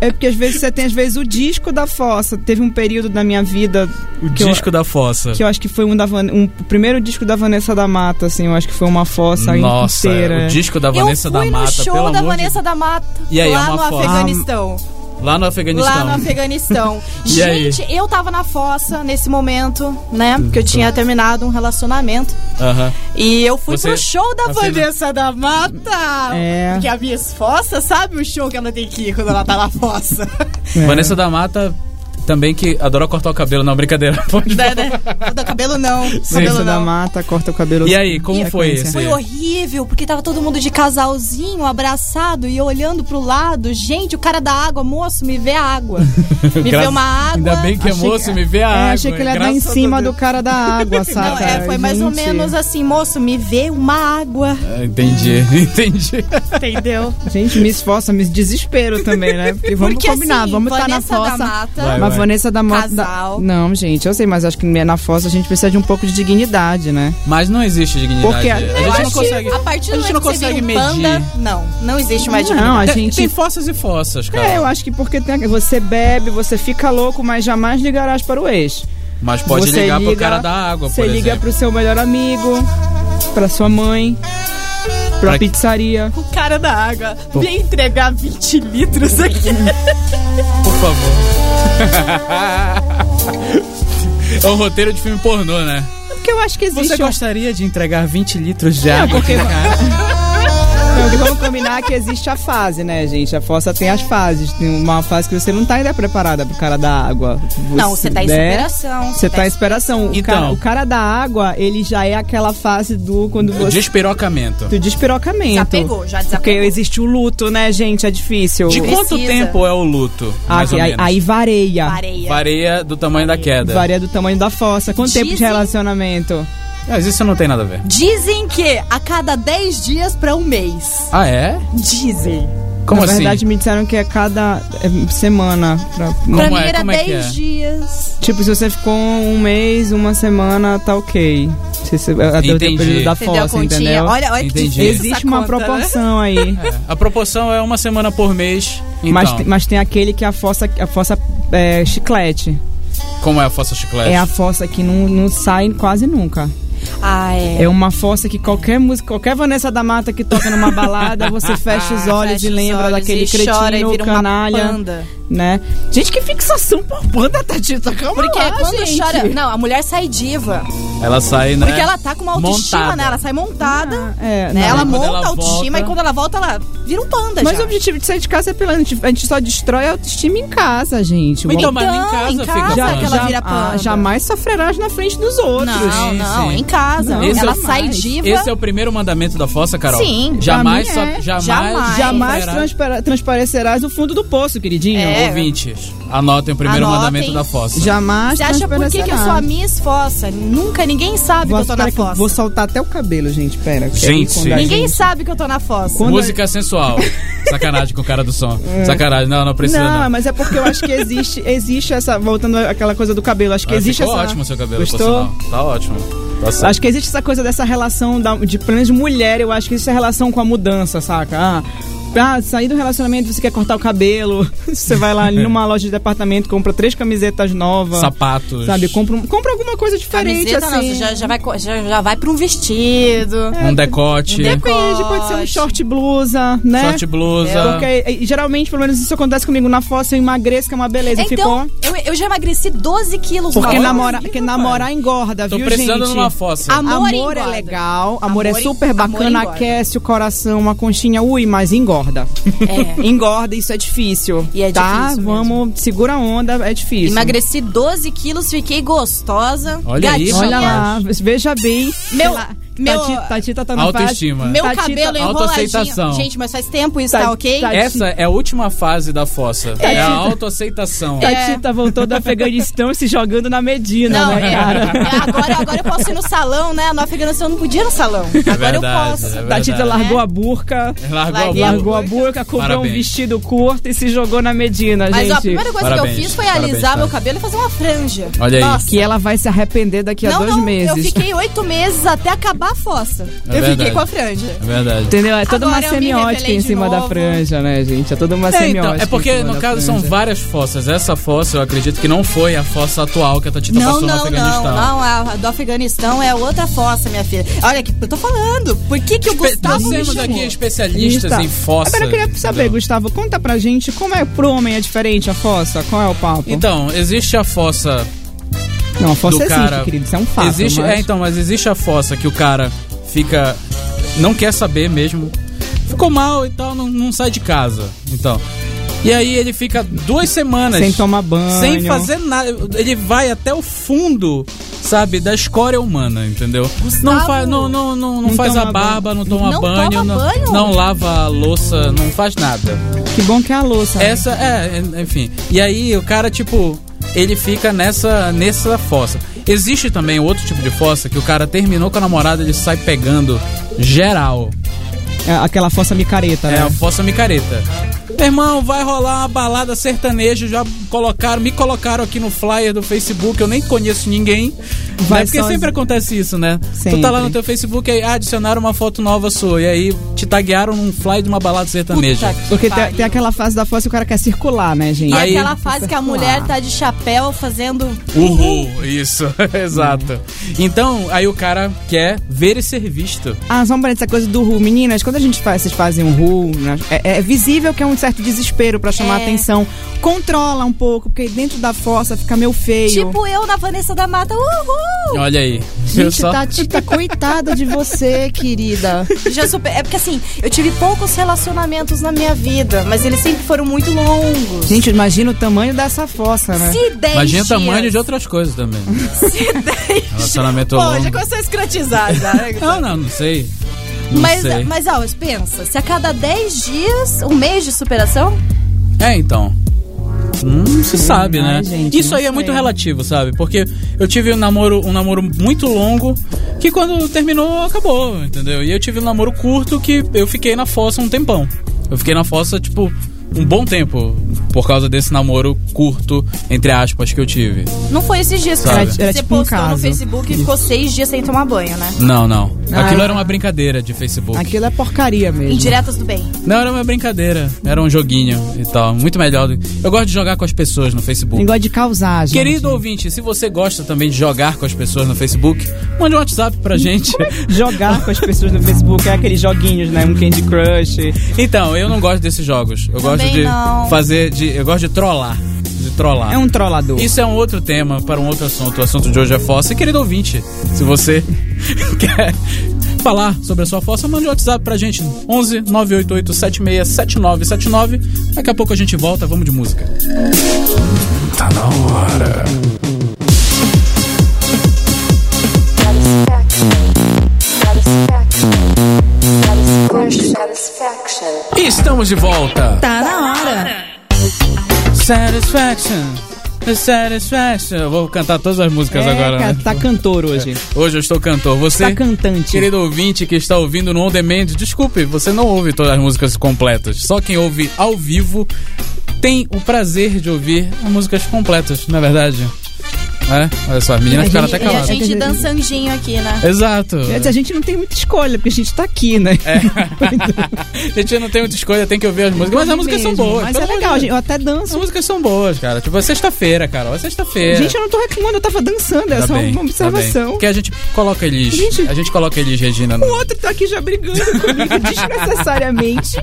D: É porque às vezes você tem, às vezes, o disco da fossa. Teve um período da minha vida
A: O
D: Que eu-
A: disco da fossa.
D: que eu acho que foi um da Van... um o primeiro disco da Vanessa da Mata, assim, eu acho que foi uma fossa
A: Nossa, é,
D: inteira.
A: o disco da Vanessa
F: eu fui
A: da Mata,
F: no
A: pelo
F: show da
A: amor de-
F: Vanessa da Mata.
A: E aí, é
F: lá
A: uma
F: no
A: fossa?
F: Afeganistão.
A: Lá no
F: Lá
A: Afeganistão.
F: no Afeganistão.
A: E aí?
F: Gente, eu tava na fossa nesse momento, né? Porque eu tinha terminado um relacionamento.
A: Aham.
F: E eu fui
A: Você-
F: pro show da
A: você-
F: Vanessa da Mata.
D: É.
F: Porque a Miss Fossa sabe o show que ela tem que ir quando ela tá na fossa.
D: É.
A: Vanessa da Mata também que adora cortar o cabelo, não, brincadeira. Pode
F: né, né? Do cabelo não.
D: Vanessa
F: cabelo
D: da
F: não.
D: Mata corta o cabelo.
A: E aí, como
D: É
A: foi
D: coincidência.
A: esse?
F: Foi horrível, porque tava todo mundo de casalzinho, abraçado e eu olhando pro lado. Gente, o cara da água, moço, me vê a água. Me vê
A: Gra-
F: uma água.
A: Ainda bem que é
D: Achei-
A: moço, me vê a
D: É,
A: água.
D: achei que ele ia dar
A: graças
D: em
A: a
D: cima do
A: Deus.
D: cara da água,
F: Não,
D: sabe?
F: é, foi mais ou menos assim, moço, me vê uma água.
A: Ah, Entendi, entendi.
F: Entendeu?
D: Gente, me esforça, me desespero também, né? Porque vamos
F: Porque
D: combinar,
F: assim,
D: vamos estar
F: Vanessa
D: na
F: da
D: fossa.
F: Mata.
A: Vai,
D: Mas Vanessa da Mata.
F: Casal.
D: Não, gente, eu sei, mas acho que na fossa a gente precisa de um pouco de dignidade, né?
A: Mas não existe dignidade.
D: Porque-
A: a
D: Eu
A: gente não consegue.
F: A partir
A: a
F: do
A: gente
F: momento
A: não
F: que você
A: consegue
F: vira um
A: medir.
F: Panda, não, não é existe mais
D: Não, a
A: Tem-
D: gente.
A: Tem fossas e fossas, cara.
D: É, eu acho que porque tem- você bebe, você fica louco, mas jamais ligarás para o ex.
A: Mas pode
D: Você
A: ligar pro
D: liga-
A: cara da água,
D: Você
A: por
D: liga
A: exemplo.
D: pro seu melhor amigo, pra sua mãe, pra,
A: Pra-
D: pizzaria.
H: O cara da água. Vem
F: Tá
H: entregar 20 litros aqui.
A: Por favor. é um roteiro de filme pornô, né?
D: É Porque eu acho que existe. um-
A: gostaria de entregar 20 litros de
D: Não, porque. Não, que vamos combinar que existe a fase, né, gente? A fossa tem as fases. Tem uma fase que você não tá ainda preparada pro cara da água.
F: Não, você tá em
D: né?
F: superação.
D: Você tá em esperação. O,
A: Então.
D: cara, o cara da água, ele já é aquela fase do quando você.
A: Despirocamento.
D: do despirocamento.
F: Desapegou, já
D: Porque
F: desapegou.
D: existe o luto, né, gente? É difícil.
A: De
F: Precisa.
A: quanto tempo é o luto?
D: Ah,
A: mais
D: que-
A: ou
D: aí,
A: menos?
D: aí vareia.
F: Areia.
A: Varia do tamanho da queda.
D: Varia do tamanho da fossa. Quanto tempo de
F: Dizem-
D: relacionamento?
A: Mas isso não tem nada a ver.
F: Dizem que a cada 10 dias pra um mês.
A: Ah, é?
F: Dizem.
A: Como
D: Na
A: assim?
D: verdade, me disseram que é cada é, semana. pra-
F: pra
A: Como
F: mim
A: é?
F: era
A: Como é que
F: 10
A: é?
F: dias.
D: Tipo, se você ficou um mês, uma semana, tá ok. Se você, até o
A: Entendi.
D: tempo período da
F: Entendeu a
D: fossa,
F: continha?
D: entendeu?
F: Olha, olha que
A: Entendi.
F: difícil essa
D: Existe uma
F: conta, né?
D: proporção aí.
A: A proporção é uma semana por mês. Então,
D: mas, tem- mas tem aquele que é a fossa, a fossa é, chiclete.
A: como é a fossa chiclete?
D: É a fossa que não, não sai quase nunca.
F: Ah, é.
D: É uma fossa que qualquer música, qualquer Vanessa da Mata que toca numa balada, você fecha os olhos
F: Ah, Fecha
D: e
F: os
D: lembra
F: olhos
D: daquele
F: e chora e
D: cretino
F: vira uma
D: canalha,
F: panda.
D: né? Gente, que fixação por banda, Tatita, calma
F: Porque
D: lá,
F: quando
D: gente.
F: chora. Não, É. a mulher sai diva.
A: Ela sai, né?
F: Porque ela tá com uma autoestima,
A: Montada.
F: né? Ela sai montada.
D: É,
F: né?
D: não.
F: Ela
A: Quando
F: monta
A: ela
F: a autoestima
A: volta-
F: e quando ela volta, ela vira um panda
D: Mas
F: já.
D: o objetivo de sair de casa é pela... A gente, a gente só destrói a autoestima em casa, gente. O
A: Então,
D: homem-
A: mas nem em
F: Então,
A: casa,
F: em
A: fica
F: casa
A: falando.
F: que ela vira
D: ah,
F: panda.
D: jamais sofrerás na frente dos outros.
F: Não,
A: Sim,
F: não,
A: sim.
F: em casa.
A: Não, esse
F: ela
A: é o-
F: sai diva.
A: Esse é o primeiro mandamento da fossa, Carol?
F: Sim, pra
A: Jamais,
D: mim
A: só,
D: é.
A: jamais,
F: Jamais.
D: Jamais
A: superar-
D: transpara- transparecerás o fundo do poço, queridinho.
F: É.
A: Ouvintes, anotem o primeiro
F: Anotem.
A: mandamento da fossa.
D: Jamais
F: Você acha por que,
D: transparecerás.
F: que eu sou a Miss Fossa? Nunca, ninguém sabe
D: Vou,
F: que eu tô
D: pera
F: na
D: que eu vou
F: fossa.
D: soltar até o cabelo, gente. Pera. que
A: Gente.
D: quando a
F: Ninguém
D: gente-
F: sabe que eu tô na fossa.
D: Quando- É.
A: Música sensual. Sacanagem com o cara do som. Sacanagem, não, não precisa
D: Não,
A: não.
D: mas é porque eu acho que existe, existe essa. Voltando àquela coisa do cabelo, acho que
A: Ah,
D: existe
A: ficou
D: essa.
A: ótimo o seu cabelo, por
D: Gostou?
A: sinal. Tá ótimo. Tá certo.
D: Acho que existe essa coisa dessa relação da, de pelo menos mulher, eu acho que existe a relação com a mudança, saca? Ah, ah, sair do relacionamento, você quer cortar o cabelo, você vai lá numa loja de departamento, compra três camisetas novas,
A: É. Sapatos.
D: sabe? Compra, um- compra alguma coisa diferente,
F: Camiseta, não,
D: assim. É,
F: você já, já, vai, co- já, já vai pra um vestido.
A: Um decote.
D: Depende, pode ser um
F: Decote.
D: short blusa, né?
A: Short blusa.
D: Porque e, geralmente, pelo menos isso acontece comigo, na fossa eu emagreço, que é uma beleza,
F: Então,
D: ficou...
F: eu, eu já emagreci 12 quilos.
D: Porque
F: Olha,
D: namora, porque namorar engorda,
A: Tô
D: viu,
A: precisando
D: gente?
A: numa fossa.
F: A- Amor
D: Amor, é
F: engorda.
D: legal, amor, é
F: Amor en-
D: super bacana,
F: amor engorda.
D: aquece o coração, uma conchinha, ui, mas engorda.
F: É.
D: engorda, isso é difícil.
F: E é
D: tá?
F: difícil mesmo.
D: Vamos, segura a onda, é difícil.
F: Emagreci 12 quilos, fiquei gostosa.
A: Olha aí,
F: gatinha.
D: Olha lá, veja bem.
F: Meu-
D: Tati-
F: meu-
D: Tati- Tatita tá na
A: Autoestima.
F: Meu
D: Tatita-
F: cabelo enroladinho.
A: autoaceitação.
F: Gente, mas faz tempo isso,
D: Tá-
F: tá ok?
D: tá-
A: Essa é a última fase da fossa. É a autoaceitação.
D: fase- Tatita voltou do tá Afeganistão se jogando na Medina,
F: Não,
D: né,
F: é,
D: cara?
F: é, agora, agora eu posso ir no salão, né? No Afeganistão eu não podia ir no salão.
A: É
F: Agora
A: verdade,
F: eu posso.
A: é
D: Tatita
A: verdade.
D: tá largou a
F: É.
D: burca.
A: Largou
F: Larguei
A: a
D: Largou
A: bunda.
D: a burca, comprou
A: Parabéns.
D: um vestido curto e se jogou na Medina,
F: Mas ó, a
D: gente.
F: primeira coisa
A: Parabéns,
F: que eu fiz foi
A: parabéns,
F: alisar
A: Tati.
F: meu cabelo e fazer uma franja.
A: Olha aí.
F: Nossa.
D: Que ela vai se arrepender daqui a
F: não,
D: dois
F: não,
D: meses.
F: eu fiquei oito meses até acabar a fossa.
A: É
F: eu
A: verdade.
F: fiquei com a franja.
A: É verdade.
D: Entendeu? É toda
F: Agora
D: uma
F: eu me
D: semiótica
F: rebelei
D: em
F: de
D: cima da
F: novo.
D: franja, né, gente? É toda uma
A: É,
D: semiótica.
A: então, é
D: em
A: porque
D: cima
A: no
D: da
A: caso são
D: franja.
A: várias fossas. Essa fossa eu acredito que não foi a fossa atual que a Tatita
F: Não,
A: passou no
F: não, não,
A: Afeganistão.
F: não. A do Afeganistão é outra fossa, minha filha. Olha que eu tô falando. Por que,
D: Tipo,
F: que o
A: Espe-
F: Gustavo me
A: Trouxemos aqui
F: chamou?
A: especialistas
D: Tá.
A: em fossa.
D: Agora eu queria saber,
A: entendeu?
D: Gustavo, conta pra gente como é pro homem é diferente a fossa? Qual é o papo?
A: Então, existe a fossa
D: não, a fossa
A: do
D: existe,
A: cara.
D: querido, isso é um fato.
A: Existe,
D: mas-
A: É, então, mas existe a fossa que o cara fica. Não quer saber mesmo. Ficou mal e tal, não, não sai de casa. Então. E aí ele fica duas semanas.
D: Sem tomar banho.
A: Sem fazer nada. Ele vai até o fundo, sabe, da escória humana, entendeu? Não faz, não, não, não, não
D: Não
A: faz a
D: toma banho.
A: barba, não toma
F: Não
A: banho,
F: toma
A: não,
F: banho?
A: não lava a louça, não faz nada.
D: Que bom que é a louça. né?
A: Essa é, en- enfim. E aí o cara tipo ele fica nessa nessa fossa. Existe também outro tipo de fossa que o cara terminou com a namorada, ele sai pegando geral.
D: É aquela fossa micareta,
A: É
D: né?
A: a fossa micareta. Meu irmão, vai rolar uma balada sertaneja, já colocaram, me colocaram aqui no flyer do Facebook, eu nem conheço ninguém.
D: Vai
A: né? Porque
D: sozinho.
A: sempre acontece isso, né? Tu tá
D: Sempre.
A: lá no teu Facebook e ah, adicionaram uma foto nova sua. E aí te taguearam num flyer de uma balada sertaneja.
F: Puta que
D: Porque tem,
F: pariu.
D: tem aquela fase da fossa que o cara quer circular, né, gente?
F: E
A: Aí-
F: aquela fase que a mulher tá de chapéu fazendo.
A: Uhul, isso, exato. Então, aí o cara quer ver e ser visto.
D: Ah, só um parênteses, essa coisa do ru. Meninas, quando a gente faz, vocês fazem um ru, né, é, é visível que é um certo desespero pra chamar
F: É.
D: atenção. Controla um pouco, porque dentro da fossa fica meio feio.
F: Tipo eu na Vanessa da Mata. Uhul!
A: Olha aí. eu
I: Gente,
A: só...
F: tá
I: Tatita, coitada de você, querida.
F: Já super... É porque assim, eu tive poucos relacionamentos na minha vida, mas eles sempre foram muito longos.
D: Gente, imagina o tamanho dessa fossa, né?
F: Se 10
A: É. Imagina o
F: dias. tá
A: tamanho de um outras coisas também. Relacionamento
F: Pô, já
A: longo.
F: começou a escrotizar, já, né?
A: Não, não, não sei. Não
F: mas,
A: sei.
F: mas, ó, pensa, se a cada 10 dias, um mês de superação,
A: É, então. Não se sabe, né?
D: Ai, gente,
A: Isso
D: não
A: aí é
D: sei.
A: muito relativo, sabe? Porque eu tive um namoro, um namoro muito longo que quando terminou, acabou, entendeu? E eu tive um namoro curto que eu fiquei na fossa um tempão. Eu fiquei na fossa, tipo, um bom tempo por causa desse namoro curto, entre aspas, que eu tive.
F: não foi esses dias que
A: Sabe.
F: você
D: Era tipo um
F: postou no
D: caso.
F: Facebook e ficou 6 dias sem tomar banho, né?
A: Não, não.
D: Ah,
A: Aquilo
D: eu-
A: era uma brincadeira de Facebook.
D: Aquilo é porcaria mesmo.
F: Indiretas do bem.
A: Não, era uma brincadeira. Era um joguinho e tal. Muito melhor. do- Eu gosto de jogar com as pessoas no Facebook.
D: Negócio de causar, gente.
A: Querido ouvinte, se você gosta também de jogar com as pessoas no Facebook, mande um WhatsApp pra gente.
D: é Jogar com as pessoas no Facebook é aqueles joguinhos, né? Um Candy Crush.
A: Então, eu não gosto desses jogos. Eu gosto
F: Também
A: de
F: não.
A: fazer de eu gosto de trollar, de trollar.
D: É um trollador.
A: Isso é um outro tema para um outro assunto. O assunto de hoje é fossa. E querido ouvinte, se você quer falar sobre a sua fossa, mande um WhatsApp pra gente 11 988 76 7979. Daqui a pouco a gente volta, vamos de música. Estamos de volta.
J: Tá na hora.
A: Satisfaction. Satisfaction. Eu vou cantar todas as músicas
D: É,
A: agora.
D: cara,
A: né?
D: tá cantor hoje.
A: Hoje eu estou cantor. Você,
D: Tá cantante.
A: querido ouvinte que está ouvindo no On Demand, desculpe, você não ouve todas as músicas completas. Só quem ouve ao vivo tem o prazer de ouvir as músicas completas, na verdade. É? Olha só, as meninas ficaram até
F: E a
A: caladas.
F: é gente dançanjinho aqui, né?
A: Exato.
D: Quer dizer, A gente não tem muita escolha, porque a gente tá aqui, né?
A: A gente não tem muita escolha, tem que ouvir as músicas. Mas as músicas são
D: Mesmo.
A: boas.
D: Mas
A: pelo
D: é
A: amor de
D: legal,
A: Deus.
D: gente. Eu até
A: As
D: danço.
A: músicas são boas, cara. Tipo, é sexta-feira, cara. É sexta-feira.
D: Gente, eu não tô reclamando, eu tava dançando. É
A: Tá
D: só
A: bem,
D: uma
A: tá bem.
D: observação.
A: Porque a gente coloca eles.
D: Gente-
A: A gente coloca eles, Regina.
D: O
A: No...
D: outro tá aqui já brigando comigo desnecessariamente.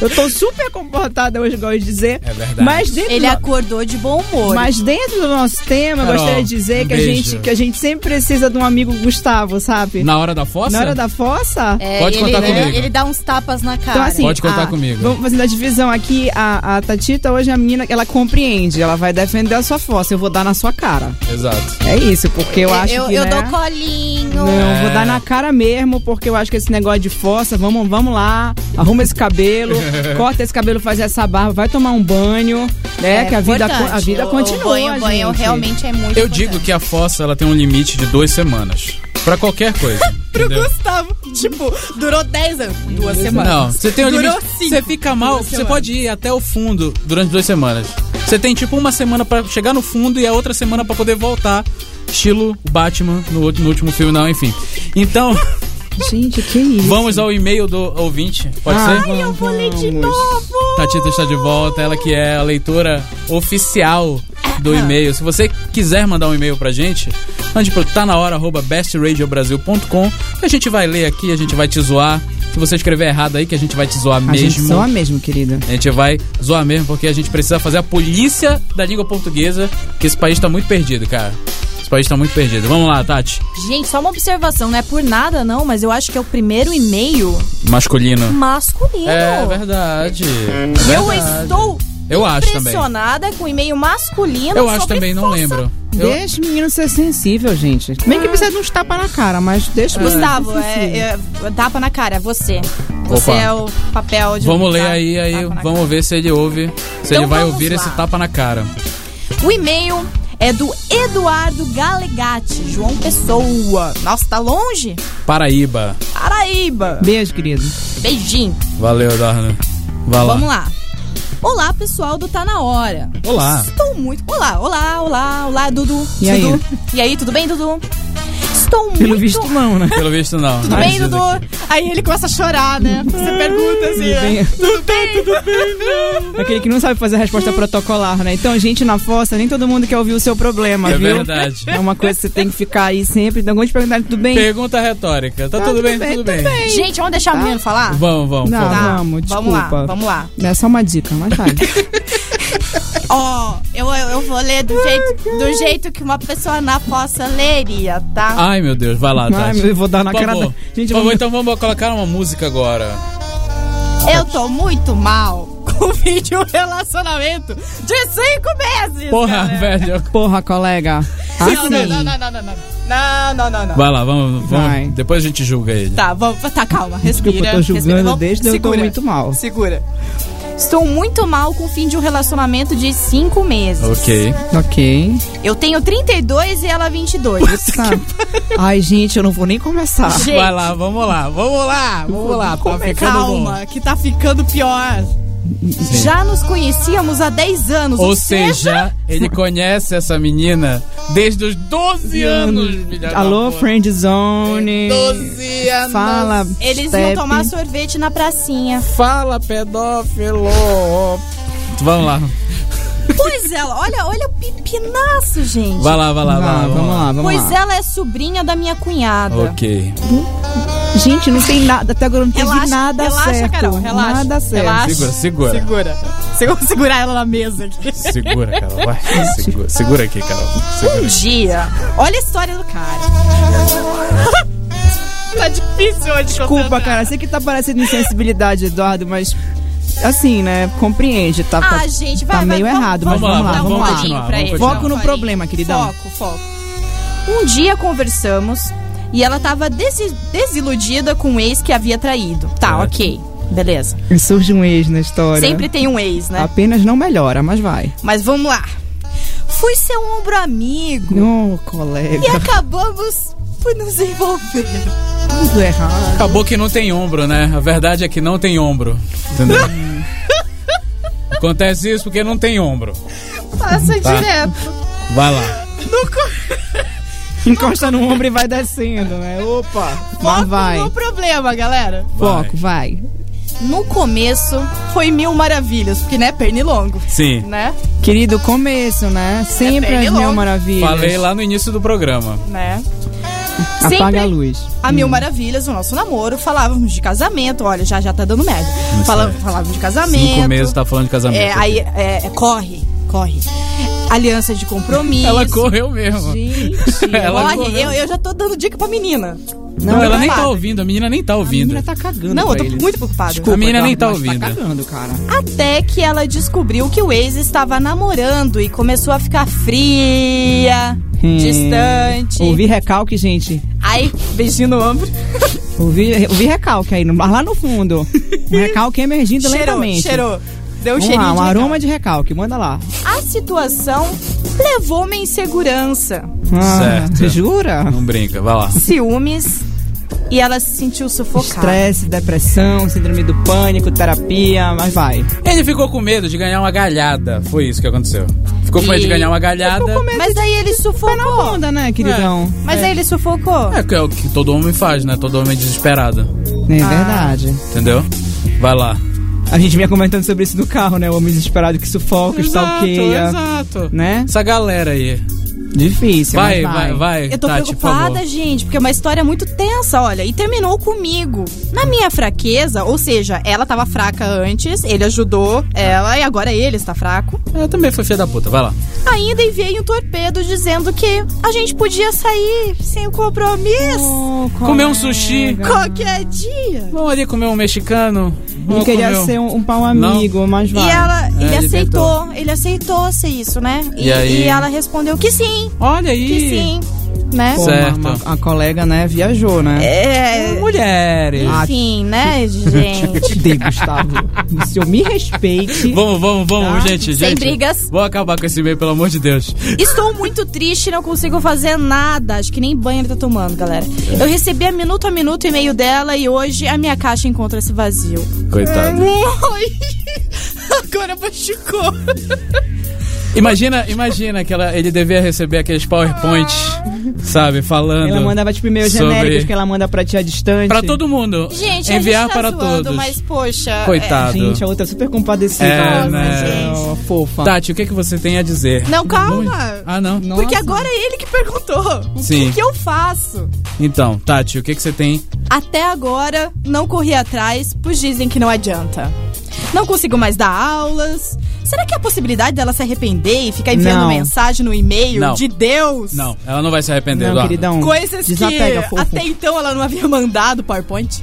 D: Eu tô super comportada hoje, gosto de dizer.
A: É verdade.
D: Mas dentro,
F: Ele
D: do-
F: acordou de bom humor.
D: mas dentro do nosso tema, eu
A: Carol,
D: gostaria de dizer
A: um
D: que a,
A: beijo.
D: gente, que a gente sempre precisa de um amigo Gustavo, sabe?
A: Na hora da fossa?
D: Na hora da fossa?
F: É,
A: Pode
F: ele,
A: contar
F: ele-
A: comigo.
F: Ele dá uns tapas na cara.
D: Então, assim,
A: Pode contar
D: a-
A: comigo.
D: Vamos fazendo a divisão aqui. A, a Tatita, hoje, a menina, ela compreende. Ela vai defender a sua fossa. Eu vou dar na sua cara.
A: Exato.
D: É isso, porque eu acho
F: eu,
D: que.
F: eu
D: né,
F: dou colinho.
D: Não, eu vou
A: É.
D: dar na cara mesmo, porque eu acho que esse negócio de força, vamos, vamos lá, arruma esse cabelo, corta esse cabelo, faz essa barba, vai tomar um banho, né? que a vida,
F: É importante.
D: co- a vida
F: O-
D: continua.
F: O banho, o banho
D: gente.
F: realmente é muito
A: Eu digo que a fossa ela tem um limite de duas semanas. Pra qualquer coisa.
K: Pro
A: entendeu?
K: Gustavo. Tipo, durou 10 anos. Duas semanas.
A: Não, você tem um
K: Durou
A: limite.
K: cinco.
A: Você fica mal,
K: Duas
A: você
K: semanas.
A: pode ir até o fundo durante duas semanas. Você tem tipo uma semana pra chegar no fundo e a outra semana pra poder voltar. Estilo Batman no, outro- no último filme, não, enfim. Então,
D: Gente, que isso?
A: vamos ao e-mail do ouvinte. Pode
D: Ah,
A: ser?
D: eu vou ler de novo.
A: Tatita está de volta, ela que é a leitora oficial do e-mail. Se você quiser mandar um e-mail pra gente, mande pro tá na hora bestradiobrasil.com que a gente vai ler aqui, a gente vai te zoar. Se você escrever errado aí, que a gente vai te zoar
D: A
A: mesmo.
D: gente só mesmo, querida.
A: A gente vai zoar mesmo, porque a gente precisa fazer a polícia da língua portuguesa, que esse país tá muito perdido, cara. Esse país tá muito perdido. Vamos lá, Tati.
F: Gente, só uma observação, não é por nada não, mas eu acho que é o primeiro e-mail
A: Masculino.
F: masculino.
A: É verdade. É
F: eu
A: Verdade.
F: estou
A: Eu acho também.
F: impressionada com o e-mail masculino.
A: Eu acho
F: sobre
A: também, não
F: força.
A: lembro. Eu-
D: Deixa o menino ser sensível, gente. Bem que precisa de uns tapas na cara, mas deixa o menino
F: Ah. Gustavo,
D: ser
F: é,
D: sensível.
F: é, tapa na cara, você. Você
A: Opa.
F: é o papel de.
A: Vamos
F: um
A: ler
F: tapa-
A: aí, aí
F: tapa na
A: vamos ver se ele ouve, se
F: Então
A: ele vai
F: vamos
A: ouvir
F: lá.
A: esse tapa na cara.
F: O e-mail é do Eduardo Galegatti, João Pessoa. Nossa, tá longe?
A: Paraíba.
F: Paraíba.
D: Beijo, querido.
F: Beijinho.
A: Valeu, Darna. Vai lá.
F: Vamos lá. Olá, pessoal do Tá Na Hora.
A: Olá.
F: Estou muito. Olá, olá, olá, olá, Dudu.
D: E aí?
F: Dudu? E aí, tudo bem, Dudu? Estou
D: Pelo
F: muito.
D: visto, não, né?
A: Pelo visto não.
F: Tudo bem, Dudu?
K: Aí ele começa a chorar, né? Você pergunta assim.
D: Bem-
F: né?
K: Não tem, tudo bem, não.
D: Aquele que não sabe fazer a resposta protocolar, né? Então, gente na fossa, nem todo mundo quer ouvir o seu problema,
A: É
D: viu?
A: verdade.
D: É uma coisa que você tem que ficar aí sempre. Então, quando te perguntar, tudo bem?
A: Pergunta retórica. Tá, tudo, bem, Tudo bem.
F: Gente, vamos deixar o menino falar?
A: Vamos, vamos.
D: Não,
A: por favor.
F: Tá,
D: Tá? vamos, desculpa.
F: Vamos lá, vamos lá.
D: É só uma dica, mas faz.
F: Ó, eu, eu eu vou ler do jeito, do jeito que uma pessoa na poça leria,
D: Ah.
F: tá?
A: Ai, meu Deus, vai lá,
D: Ai,
A: Tati.
D: meu, eu vou dar na
A: Ah, Por
D: cara
A: favor.
D: da... Gente,
A: Por favor,
D: vamos...
A: então vamos colocar uma música agora.
F: Eu tô muito mal com o vídeo relacionamento de cinco meses.
A: Porra, velho.
D: Porra, colega.
K: Não, não,
D: Assim.
K: não, não, não, não, não. Não, não, não, não.
A: Vai lá, vamos,
D: Vai.
A: vamos. Depois a gente julga ele.
F: Tá, vamos, tá, calma, respira.
D: Desculpa, eu tô
F: respira,
D: julgando
F: vamos-
D: desde eu tô
F: segura.
D: muito mal.
K: Segura.
F: Estou muito mal com o fim de um relacionamento de cinco meses.
A: Ok.
D: Ok.
F: Eu tenho 32 e ela 22.
D: Tá. Ai, gente, eu não vou nem começar. é
F: Gente,
A: Vai lá, vamos lá, vamos lá, vamos lá. Tá ficando bom.
K: Calma, que tá ficando pior.
F: já nos conhecíamos há 10 anos.
A: Ou seja, ele conhece essa menina desde os 12 anos, filha da
D: Alô,
A: puta.
D: friend zone.
A: 12 anos.
D: Fala,
F: eles
D: Step.
F: iam tomar sorvete na pracinha.
A: Fala, pedófilo. Vamos lá.
F: Pois ela, olha, olha o pipinaço, gente.
A: Vai lá, vai lá,
D: Vai
A: vai lá.
D: lá, vamos lá, vamos
F: Pois
D: lá.
F: ela é sobrinha da minha cunhada.
A: Ok.
D: Gente, não tem nada. Até agora eu não teve
F: é. Relaxa,
D: nada
F: relaxa,
D: certo.
F: Carol, relaxa.
D: Nada certo.
F: Relaxa.
A: Segura, segura.
K: Segura. Se- Vou segurar ela na mesa aqui.
A: Segura, Carol. Vai. Segura, segura aqui, Carol. Segura.
F: Um dia. Olha a história do cara.
K: Tá difícil hoje.
D: Desculpa,
K: concentrar.
D: cara. Sei que tá parecendo insensibilidade, Eduardo, mas. Assim, né? Compreende, tá? tá-
F: Ah, gente, vai,
D: tá
F: vai,
D: meio
F: vamos-
D: errado, mas
A: vamos
D: vamos
A: lá,
D: lá,
F: dar um
D: vamos
F: foquinho
D: lá.
A: continuar,
F: pra
A: vamos
F: ele.
A: continuar.
D: Foco no problema, queridão.
F: Foco, foco. Um dia um conversamos e ela tava desi- desiludida com o ex que havia traído. Tá, ok. Beleza.
D: E surge um ex na história.
F: Sempre tem um ex, né?
D: Apenas não melhora, mas vai.
F: Mas vamos lá. Fui seu ombro amigo
D: Ô,
F: Hum. e
D: colega.
F: acabamos por nos envolver.
D: Tudo errado.
A: Acabou que não tem ombro, né? A verdade é que não tem ombro. Entendeu? Acontece isso porque não tem ombro.
F: Passa
A: Tá.
F: direto.
A: Vai lá.
F: No, co-
D: Encosta no ombro e vai descendo, né? Opa. Lá
F: foco
D: vai.
F: no problema, galera.
A: Vai.
D: Foco, vai.
F: No começo foi mil maravilhas, porque né, pernilongo,
A: Sim.
F: né?
D: Querido, começo, né? Sempre as
F: pernilongo.
D: mil maravilhas.
A: Falei lá no início do programa.
F: Né?
D: Apaga
F: Sempre-
D: a luz.
F: A mil maravilhas do nosso namoro, falávamos de casamento, olha, já já tá dando merda. Fala,
A: certo.
F: falávamos de
A: No
F: casamento.
A: começo tá falando de casamento.
F: É, aí é, é, corre, corre. Aliança de compromisso.
A: Ela correu mesmo.
F: Gente,
A: Ela correu.
F: corre. Eu, eu já tô dando dica pra menina.
A: Não, ela nem tá
F: preocupada.
A: ouvindo, a menina nem tá
D: A
A: ouvindo.
D: menina tá cagando.
F: Não,
D: pra
F: eu tô
D: ele.
F: muito preocupada.
A: a menina nem tá
D: mas
A: ouvindo.
D: Tá cagando, cara.
F: Até que ela descobriu que o ex estava namorando e começou a ficar fria,
D: Hum.
F: distante.
D: Ouvi recalque, gente.
F: Aí, beijinho no ombro.
D: Ouvi, ouvi recalque aí, no- mas lá no fundo. Um recalque emergindo
F: Cheirou,
D: lentamente.
F: cheirou. Deu um
D: Vamos
F: cheirinho
D: lá, um
F: de
D: aroma de recalque, manda lá.
F: recalque. A situação levou uma insegurança,
D: Ah,
A: Certo.
D: Jura?
A: Não brinca, vai lá.
F: ciúmes e ela se sentiu sufocada.
D: Estresse, depressão, síndrome do pânico, terapia, mas vai.
A: Ele ficou com medo de ganhar uma galhada. Foi isso que aconteceu. Ficou com medo de
F: E-
A: ganhar uma galhada.
D: é
F: Mas aí ele sufocou.
D: Onda, né, queridão?
F: Mas aí ele sufocou.
A: É que é o que todo homem faz, né? Todo homem é desesperado.
D: É, verdade.
A: Entendeu? Vai lá.
D: A gente vinha comentando sobre isso no carro, né? O homem desesperado que sufoca, stalkeia.
A: exato.
D: Né?
A: Essa galera aí.
D: Difícil,
A: Vai,
D: mas
A: vai, vai.
F: Eu tô
A: É, Tati, por favor.
F: preocupada, gente, porque é uma história muito tensa, olha. E terminou comigo. Na minha fraqueza, ou seja, ela tava fraca antes, ele ajudou ela e agora ele está fraco.
A: Eu também fui filha da puta, vai lá.
F: Ainda enviei um torpedo dizendo que a gente podia sair sem compromisso
A: Comer um sushi.
F: qualquer dia.
A: Vamos ali comer um mexicano.
D: Ele
A: Vamos
D: queria
A: comer um-
D: ser um, um pau amigo, mas vai.
F: E ela, ele
A: É, ele
F: aceitou, ele aceitou ser isso, né?
A: E aí?
F: e ela respondeu que sim,
A: Olha aí.
F: que sim, né?
D: Pô,
A: Certo.
D: uma- uma- a colega, né, viajou, né?
F: É,
A: Mulheres.
F: enfim, né, gente?
D: De Gustavo. O senhor me respeite.
A: Vamos, vamos, vamos, gente,
F: Sem
A: gente.
F: brigas.
A: Vou acabar com esse e-mail, pelo amor de Deus.
F: Estou muito triste, não consigo fazer nada. Acho que nem banho ele tá tomando, galera. Eu recebi a minuto a minuto o e-mail dela e hoje a minha caixa encontra-se vazio.
A: Coitado.
F: Ui! Agora machucou.
A: Imagina, imagina que ela, ele devia receber aqueles PowerPoints, sabe, falando.
D: Ela mandava, tipo, e-mails
A: sobre-
D: genéricos que ela manda pra ti à distância.
A: Pra todo mundo.
F: Gente,
A: enviar
F: a gente tá
A: para
F: zoando,
A: todos.
F: mas poxa.
A: Coitado.
D: Gente, a outra é super compadecida.
A: É, né? Tá,
D: É uma Fofa.
A: Tati, o que, que você tem a dizer?
F: é- Não,
A: Muito-
F: calma.
A: Ah, não.
D: Nossa.
F: Porque agora é ele que perguntou. O
A: Sim.
F: que, que eu faço?
A: Então, Tati, o que, que você tem?
F: Até agora, não corri atrás, pois dizem que não adianta. Não consigo mais dar aulas. Será que há a possibilidade dela se arrepender e ficar enviando
D: Não.
F: mensagem no e-mail
A: Não.
F: de Deus?
A: Não, ela não vai se arrepender,
D: Não,
A: Eduardo.
D: queridão.
F: Coisas
D: Desapega,
F: que
D: fofo.
F: até então ela não havia mandado PowerPoint.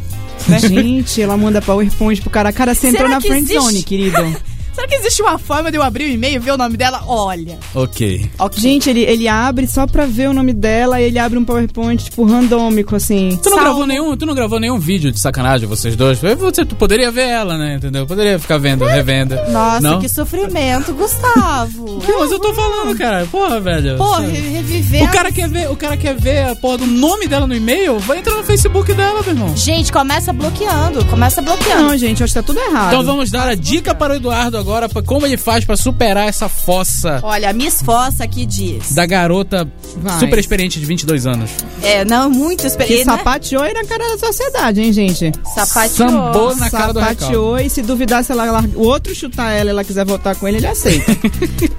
D: Gente, ela manda PowerPoint pro cara. Cara, você entrou
F: Será
D: na
F: que
D: friend zone,
F: existe?
D: querido.
F: Será que existe uma forma de eu abrir o e-mail e ver o nome dela? Olha.
A: Ok.
F: ok.
D: Gente, ele, ele abre só pra ver o nome dela e ele abre um PowerPoint, tipo, randômico, assim.
A: Tu não,
F: Salvo.
A: gravou nenhum, tu não gravou nenhum vídeo de sacanagem, vocês dois? Eu- Você, tu poderia ver ela, né? Entendeu? Poderia ficar vendo, revendo.
F: É. Nossa,
A: não?
F: que sofrimento, Gustavo.
A: Não, mas eu tô falando, cara. Porra, velho.
F: Porra,
A: Sabe?
F: reviver.
A: O cara, quer ver, o cara quer ver a porra do nome dela no e-mail? Vai entrar no Facebook dela, meu irmão.
F: Gente, começa bloqueando, começa bloqueando.
D: Não, gente, eu acho que tá tudo errado.
A: Então vamos dar a dica para o Eduardo agora, pra como ele faz pra superar essa fossa
F: Olha, a Miss Fossa aqui diz.
A: da garota
D: Vai.
A: super experiente de 22 anos.
F: É, não, muito
D: Que
F: experiente. né?
D: sapateou aí na cara da sociedade, hein, gente?
F: Sapateou.
A: Sambou na cara do recalque.
D: Sapateou e se duvidar se ela, lar- o outro chutar ela e ela quiser voltar com ele, ele aceita.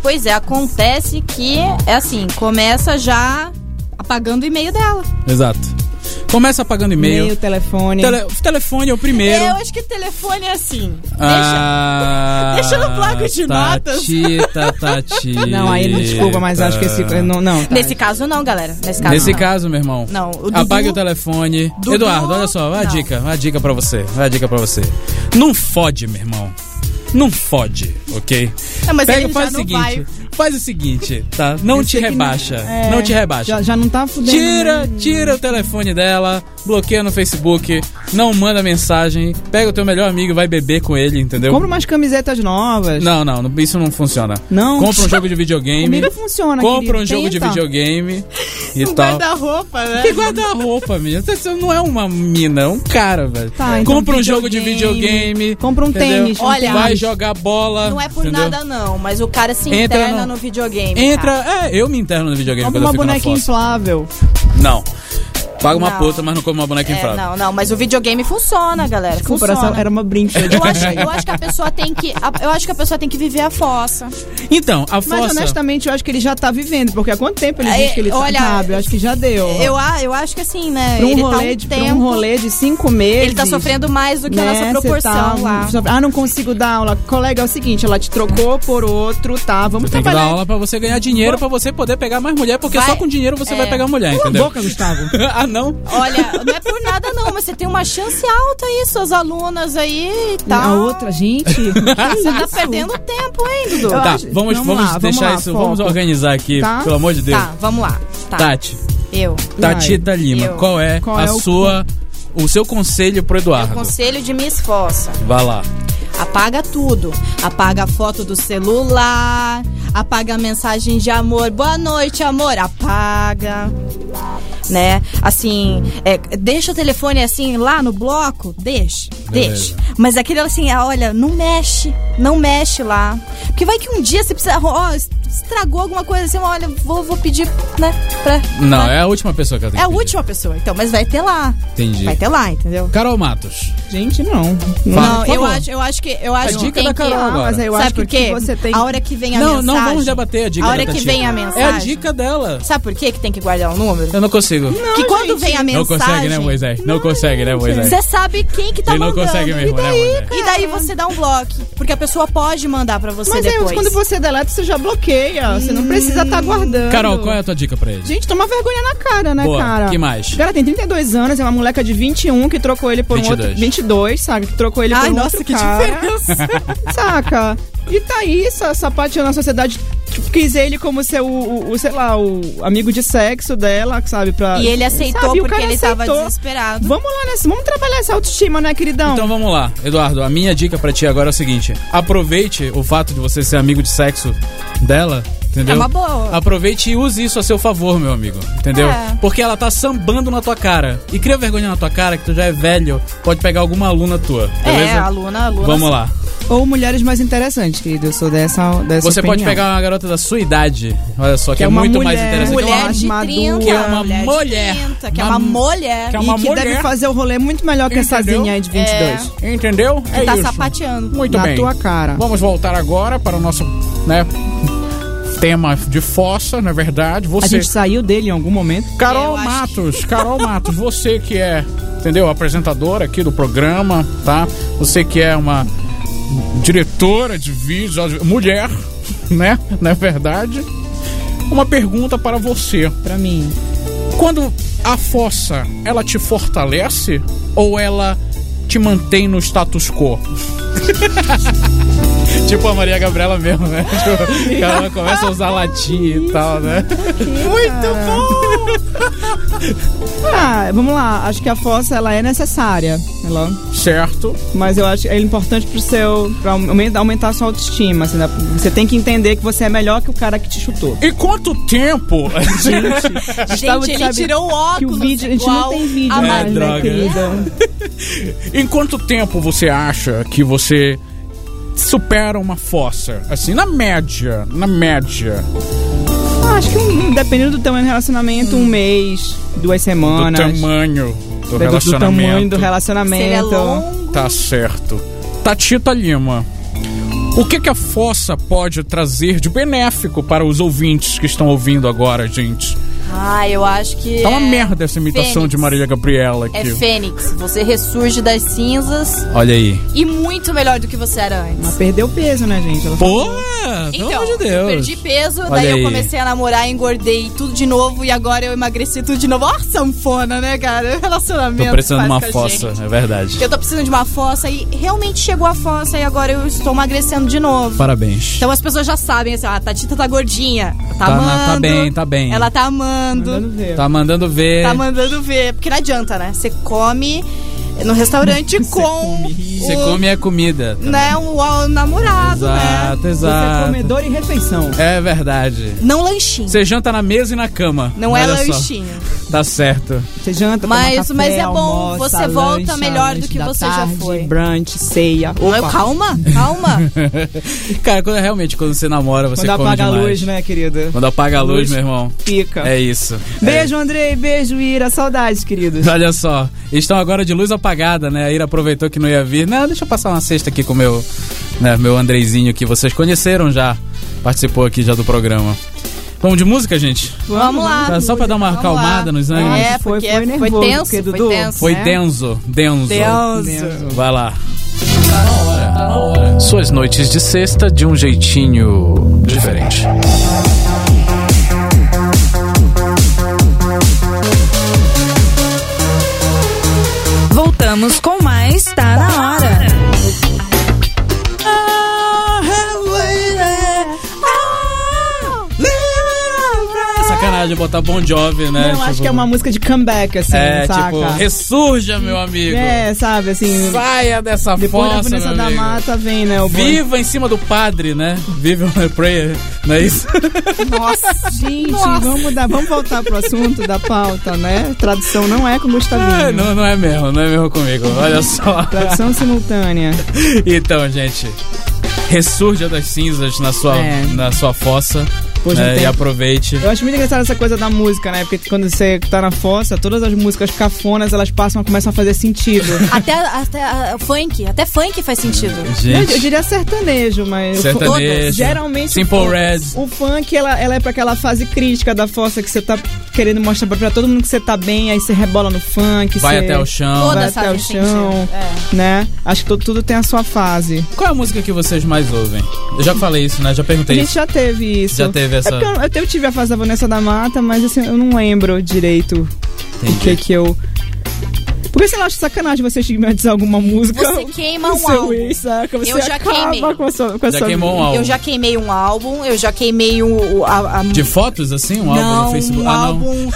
F: Pois é, acontece que é assim, começa já apagando o e-mail dela.
A: Exato. Começa apagando
D: Meio
A: e-mail.
D: telefone.
A: Tele- o telefone é o primeiro.
F: Eu acho que telefone é assim. Deixa.
A: Ah,
F: deixa no bloco de
A: Tita, Tati.
D: Não, aí não desculpa, mas acho que esse. Não, não. tá.
F: Nesse caso não, galera. Nesse caso.
A: Nesse
F: não.
A: caso, meu irmão.
F: tá Não, o Dudu-
A: apague o telefone.
F: Dudu-
A: Eduardo, olha só, vai a
F: Não.
A: dica, vai a dica pra você. Vai a dica pra você. Não fode, meu irmão. não fode, ok?
F: Não, mas
A: Pega,
F: ele
A: faz
F: já
A: o
F: não
A: seguinte,
F: vai.
A: faz o seguinte, tá? Não
D: Eu
A: te
D: sei que
A: rebaixa, não,
D: é,
A: te rebaixa.
D: Já, já não tá fudendo.
A: Tira,
D: né?
A: tira o telefone dela, bloqueia no Facebook, não manda mensagem, pega o teu melhor amigo e vai beber com ele, entendeu?
D: Compra umas camisetas novas.
A: Não, não, não, isso não funciona.
D: Não.
A: Compra um jogo de videogame.
D: Comigo funciona,
A: Compra um
D: querido. então.
A: jogo de
D: Tenta.
A: videogame e
F: Um
A: tal.
F: guarda-roupa, né?
A: Que guarda-roupa, menina. Você- Você não é uma mina, é um cara, velho.
D: Tá, então
A: Compra um jogo de videogame.
D: Compra um
A: entendeu?
D: tênis, um
F: Olha,
A: vai
D: tênis.
A: jogar bola.
F: Não é por
A: entendeu?
F: nada, não, mas o cara se
A: Entra
F: interna
A: no-
F: no, videogame. cara.
A: Entra. É, eu me interno no videogame
D: Compra
A: quando eu
D: uma
A: fico na
D: boneca
A: fossa.
D: inflável.
A: Não. Paga uma
F: Não.
A: puta, mas não come uma boneca
F: É,
A: inflável.
F: não, não, mas o videogame funciona, galera.
D: Compra
F: funciona.
D: essa, era uma brincadeira.
F: Eu acho, eu acho que a pessoa tem que. a- eu acho que a pessoa tem que viver a fossa.
A: Então, a
D: Mas
A: fossa.
D: honestamente, eu acho que ele já tá vivendo, porque há quanto tempo ele
F: É,
D: diz que ele tá-
F: olha,
D: sabe? Eu acho que já deu.
F: Eu, a- eu acho que assim, né?
D: pra um,
F: ele
D: rolê
F: tá um
D: de, pra um
F: tempo.
D: rolê de cinco meses.
F: ele tá sofrendo mais do que a nossa
D: né, cê
F: proporção
D: tá,
F: lá.
D: sofre- Ah, não consigo dar aula. Colega, é o seguinte, ela te trocou por outro, tá? Vamos
A: Tem que dar
D: trabalhar.
A: aula pra você ganhar dinheiro, pra você poder pegar mais mulher, porque
F: Vai-
A: só com dinheiro você
F: é.
A: vai pegar mulher,
D: Cala a
A: entendeu?
D: boca, Gustavo.
A: ah, não?
F: Olha, não é por nada não, mas você tem uma chance alta aí, suas alunas aí e tal.
D: A outra, gente.
F: Tá.
D: é
F: Você tá perdendo tempo, hein, Dudu?
D: Eu
A: Tá,
D: acho-
A: vamos, vamos,
D: vamos lá, vamos
A: deixar
D: lá,
A: isso,
D: foco.
A: vamos organizar aqui,
D: Tá?
A: pelo amor de Deus.
F: Tá, vamos lá. Tá,
A: Tati,
F: eu.
A: Tatita Lima,
F: Eu.
A: qual é
D: Qual
A: a
D: é o-
A: sua, o seu conselho pro Eduardo?
F: Conselho de me esforça.
A: Vai lá.
F: Apaga tudo. Apaga a foto do celular. Apaga a mensagem de amor. Boa noite, amor. Apaga. Né? Assim, é, deixa o telefone assim lá no bloco. Deixa,
A: Beleza.
F: deixa. Mas aquele assim, ah, olha, não mexe. Não mexe lá. Porque vai que um dia você precisa. Ó, estragou alguma coisa assim, olha, vou, vou pedir, né? Pra,
A: Não,
F: pra-
A: é a última pessoa que eu tenho.
F: é a
A: que pedir.
F: última pessoa, então, mas vai ter lá.
A: Entendi.
F: Vai ter lá, entendeu?
A: Carol Matos.
D: Gente, não.
A: Fala,
F: Não,
A: por
F: eu
A: favor.
F: acho, eu acho que eu acho que
A: dica
F: tem
A: da
F: que
A: Carol agora.
D: mas aí eu
F: Sabe
D: acho
F: por
D: que
F: quê?
D: você tem
F: A hora que vem É a
A: Não,
F: mensagem.
A: não vamos debater a dica
F: A hora
A: da
F: que
A: Tatita.
F: vem a
A: É a
F: mensagem.
A: dica dela.
F: Sabe por quê que tem que guardar o número?
A: Eu não consigo. Não,
F: que quando vem a mensagem.
A: consegue, né, Moisés? Não, consegue, né, Moisés?
F: Você sabe quem que tá
A: Ele não
F: mandando.
A: consegue mesmo,
F: e
A: né,
F: daí,
A: Moisés?
F: e daí você dá um bloco. Porque a pessoa pode mandar pra você
D: Mas aí,
F: depois. Hum.
D: quando você deleta, você já bloqueia. Você não precisa estar guardando.
A: Carol, qual é a tua dica pra ele?
D: Gente, toma vergonha na cara, né,
A: Boa,
D: cara?
A: que mais?
D: Cara, tem 32 anos, é uma moleca de 21 que trocou ele por um
A: 22.
D: outro... 22, sabe? Que trocou ele
F: Ai,
D: por um
F: nossa,
D: outro
F: que
D: cara. Saca? E tá aí, sa- sapateando na sociedade... Tipo, quis ele como seu, o, o- sei lá, o amigo de sexo dela, sabe? Pra,
F: E ele aceitou
D: Sabe, o
F: porque
D: cara
F: ele tava
D: aceitou.
F: desesperado.
D: Vamos lá, né? Vamos trabalhar essa autoestima, né, queridão?
A: Então vamos lá, Eduardo. A minha dica pra ti agora é o seguinte: aproveite o fato de você ser amigo de sexo dela, entendeu?
F: É uma boa.
A: Aproveite e use isso a seu favor, meu amigo, entendeu?
F: É.
A: Porque ela tá sambando na tua cara. E cria vergonha na tua cara que tu já é velho, pode pegar alguma aluna tua,
F: É, a
A: beleza?
F: aluna, a aluna.
A: vamos lá.
D: Ou mulheres mais interessantes, querido. Eu sou dessa, dessa
A: Você pode
D: opinião.
A: pegar uma garota da sua idade, olha só, que,
D: Que
A: é,
D: é uma
A: muito
D: mulher.
A: mais interessante.
F: Mulher de
D: Madura.
F: 30,
A: Que é uma
F: mulher,
A: mulher.
F: De 30, que é
A: Uma
F: uma mulher.
A: que é
F: e
A: uma
D: Que
A: mulher.
D: deve fazer o rolê muito melhor que essa
A: Entendeu?
D: zinha aí de 22.
A: Entendeu? é
F: que tá
A: isso.
F: sapateando.
A: Muito
D: Na
A: bem.
D: tua cara.
A: Vamos voltar agora para o nosso, né, tema de fossa, na verdade.
D: A
A: Você,
D: gente saiu dele em algum momento.
A: Carol
F: é, Eu acho
A: Matos, Carol Matos, você que é, entendeu, apresentadora aqui do programa, tá? Você que é uma diretora de vídeos, audio- mulher, né, na verdade. Uma pergunta para você.
D: Pra mim.
A: Quando a fossa, ela te fortalece ou ela te mantém no status quo? tipo a Maria Gabriela mesmo, né? Tipo, que ela começa a usar latim e tal, né?
D: Ah, vamos lá. Acho que a força ela é necessária. Ela...
A: Certo.
D: Mas eu acho que é importante pro seu. pra aumentar, aumentar a sua autoestima. assim, né? Você tem que entender que você é melhor que o cara que te chutou.
A: E quanto tempo?
D: Gustavo
F: Gente, ele
D: sabe
F: tirou o óculos.
D: Que o vídeo. A gente
F: igual
D: não tem vídeo
A: É,
F: a
D: mais,
A: droga.
D: né, querido?
A: em quanto tempo você acha que você supera uma fossa? Assim, na média, na média.
D: Ah, acho que um- dependendo do tamanho do relacionamento,
F: Hum.
D: um mês, duas
A: Do
D: semanas.
A: tamanho do
D: do- do tamanho
A: relacionamento.
D: do relacionamento.
F: Se ele é longo,
A: Tá certo. Tatita Lima. O que, que a fossa pode trazer de benéfico para os ouvintes que estão ouvindo agora, gente?
F: Ah, eu acho que.
L: Tá uma
F: é
L: merda essa imitação
F: Fênix.
L: de Marília Gabriela
F: É
L: aqui.
F: Fênix. Você ressurge das cinzas
A: Olha aí.
F: e muito melhor do que você era antes.
D: Mas perdeu peso, né, gente? Ela
A: Porra! Pelo
F: Então,
A: amor de
F: eu
A: Deus.
F: perdi peso,
A: Olha
F: daí
A: aí.
F: eu comecei a namorar, engordei tudo de novo e agora eu emagreci tudo de novo. Ó, sanfona, né, cara? Relacionamento.
A: Tô precisando de
F: faz
A: uma
F: com a
A: fossa,
F: gente.
A: é verdade.
F: Eu tô precisando de uma fossa e realmente chegou a fossa e agora eu estou emagrecendo de novo.
A: Parabéns.
F: Então as pessoas já sabem, assim, ó, a Tatita tá gordinha. Tá,
A: Tá na-
F: amando.
A: tá bem, tá bem.
F: Ela tá
D: tá
F: amando.
D: mandando ver.
A: Tá mandando ver.
F: Tá mandando ver. Porque não adianta, né? Você come no restaurante com.
A: Você
F: o-
A: come a comida.
F: Né, o, o namorado, né?
A: Exato,
D: Você é
A: exato.
D: comedor e refeição.
A: É verdade.
F: Não lanchinho.
A: Você janta na mesa e na cama.
F: Não
A: Olha
F: é
A: só.
F: lanchinho.
A: Tá certo.
D: Você janta,
F: Mas-
D: toma café,
F: mas é bom,
D: almoça,
F: você volta
D: lancha,
F: melhor do
D: lanche
F: que
D: da
F: você já
D: tarde,
F: foi.
D: Brunch, ceia.
F: Não, é,
D: Opa.
F: Calma, calma.
A: Cara, quando, é realmente, quando você namora, você
D: Quando
A: come
D: apaga a
A: demais.
D: luz, né, querida?
A: Quando apaga a luz,
D: Luz.
A: meu irmão.
D: Fica.
A: É isso.
D: Beijo, Andrei. Beijo, Ira. Saudades, queridos.
A: É. Olha só, estão agora de luz apagada, né? A Ira aproveitou que não ia vir. Não, deixa eu passar uma cesta aqui com o meu, né, meu Andreizinho que vocês conheceram já. Participou aqui já do programa. Vamos de música, gente?
F: Vamos lá.
A: Tá, só pra dar uma
F: Vamos
A: acalmada
F: lá.
A: nos ânimos.
F: É,
D: Foi-
F: porque
D: foi
F: foi,
D: nervoso,
F: tenso,
D: porque,
F: foi
D: Dudu,
F: tenso.
A: Foi
F: né?
A: denso, denso.
F: Tenso.
A: Vai lá. Suas noites de sexta de um jeitinho diferente.
C: Voltamos com mais Tá na Hora.
A: É Sacanagem botar Bon Jovi, né?
D: Não, acho que é uma música de comeback, assim,
A: É,
D: saca?
A: tipo, ressurja, meu amigo.
D: É, sabe, assim...
A: Saia dessa
D: Depois da
A: fossa,
D: Vanessa
A: meu
D: da
A: amigo.
D: Mata vem, né? O bom-
A: Viva em cima do padre, né? Viva on a prayer, não é isso?
D: Gente, vamos, mudar, vamos voltar pro assunto da pauta, né? Tradução não é com o Gustavinho.
A: É, não, não é mesmo, não é mesmo comigo. Olha só.
D: Tradução simultânea.
A: Então, gente, ressurja das cinzas na sua,
D: É.
A: na sua fossa
D: Hoje
A: né,
D: não tem-
A: e aproveite.
D: Eu acho muito engraçada essa coisa da música, né? Porque quando você tá na fossa, todas as músicas cafonas, elas passam, começam a fazer sentido.
F: Até, até ah, funk, até funk faz sentido.
D: Eu,
A: Gente,
D: eu diria sertanejo, mas...
A: sertanejo,
D: Geralmente
A: Simple
D: o,
A: Red.
D: o funk ela, ela é pra aquela fase crítica da fossa que você tá querendo mostrar pra, pra todo mundo que você tá bem, aí você rebola no funk,
A: Vai
D: você
A: até o chão.
F: Toda
D: vai
F: essa
D: até o
F: fase é. tem
D: chão,
F: sentido,
D: né? Acho que to- tudo tem a sua fase.
A: Qual é a música que vocês mais ouvem? Eu já falei isso, né? Já
D: A
A: perguntei
D: gente
A: isso.
D: já teve isso.
A: Já teve essa-
D: É porque eu- eu, eu tive a fase da Vanessa da Mata, mas assim, eu não lembro direito o que que eu... Porque, sei lá, acho sacanagem você estigmatizar alguma música.
F: Você queima
D: do
F: um
A: é
D: seu
F: álbum.
D: ex, saca? Você
F: Eu já
D: acaba
F: queimei.
D: com a sua... Com a
A: Já
D: sua
A: queimou um álbum.
F: Eu já queimei um álbum, eu já queimei o, o- a, a-
A: De fotos, assim? Um álbum
F: não,
A: no Facebook?
F: um
A: ah, não.
F: álbum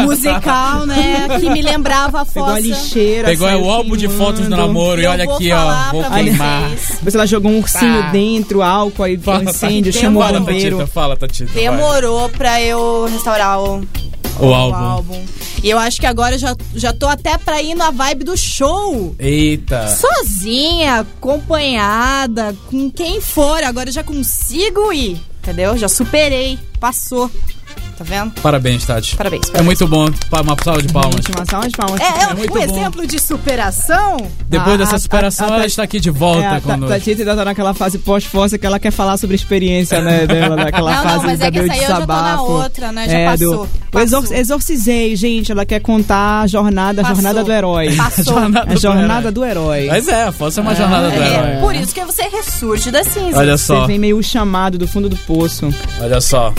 F: musical, né? Que me lembrava a
D: Pegou a
F: fossa.
D: lixeira,
A: Pegou é,
D: saiu
A: o álbum de
D: queimando.
A: fotos do namoro e
F: Eu
A: olha
F: vou
A: aqui,
F: falar
A: ó. Vou
F: pra
A: queimar.
F: vocês.
D: Você lá jogou um ursinho
A: Tá.
D: dentro, álcool, aí um incêndio,
A: Tatita.
D: chamou o
A: fala,
D: bombeiro.
A: Tatita, fala, Tatita. vai.
F: Demorou pra eu restaurar o,
A: O
F: o
A: álbum.
F: álbum. E eu acho que agora eu já, já tô até pra ir na vibe do show.
A: Eita.
F: Sozinha, acompanhada, com quem for, agora eu já consigo ir. Entendeu? Já superei. Passou. Tá vendo?
A: Parabéns, Tati.
F: Parabéns.
A: É muito bom. Pa- Uma salva de palmas.
D: Gente, uma salva de palmas.
F: É, é,
A: muito
F: um
A: bom.
F: exemplo de superação.
A: Depois
D: A-
A: dessa
D: a-
A: superação,
D: a- a
A: ela
D: Tati-
A: está aqui de volta
D: a Ta-
A: conosco.
D: Tatita ainda É, tá naquela fase pós-força que ela quer falar sobre a experiência né, dela, daquela
F: Não, não,
D: fase
F: mas
D: da
F: é que
D: meu
F: essa aí eu já tô na
D: desabafo.
F: outra, né, já
D: É, do-
F: passou,
D: Eu exor-
F: passou.
D: exorcizei, gente. Ela quer contar a jornada, a
F: Passou.
D: jornada do herói.
F: Passou.
D: A jornada do herói.
A: Mas é, a fossa é uma jornada do
F: É,
A: herói.
F: por isso que você ressurge da cinza.
A: Olha
D: Você
A: só,
D: vem meio chamado do fundo do poço.
A: olha só.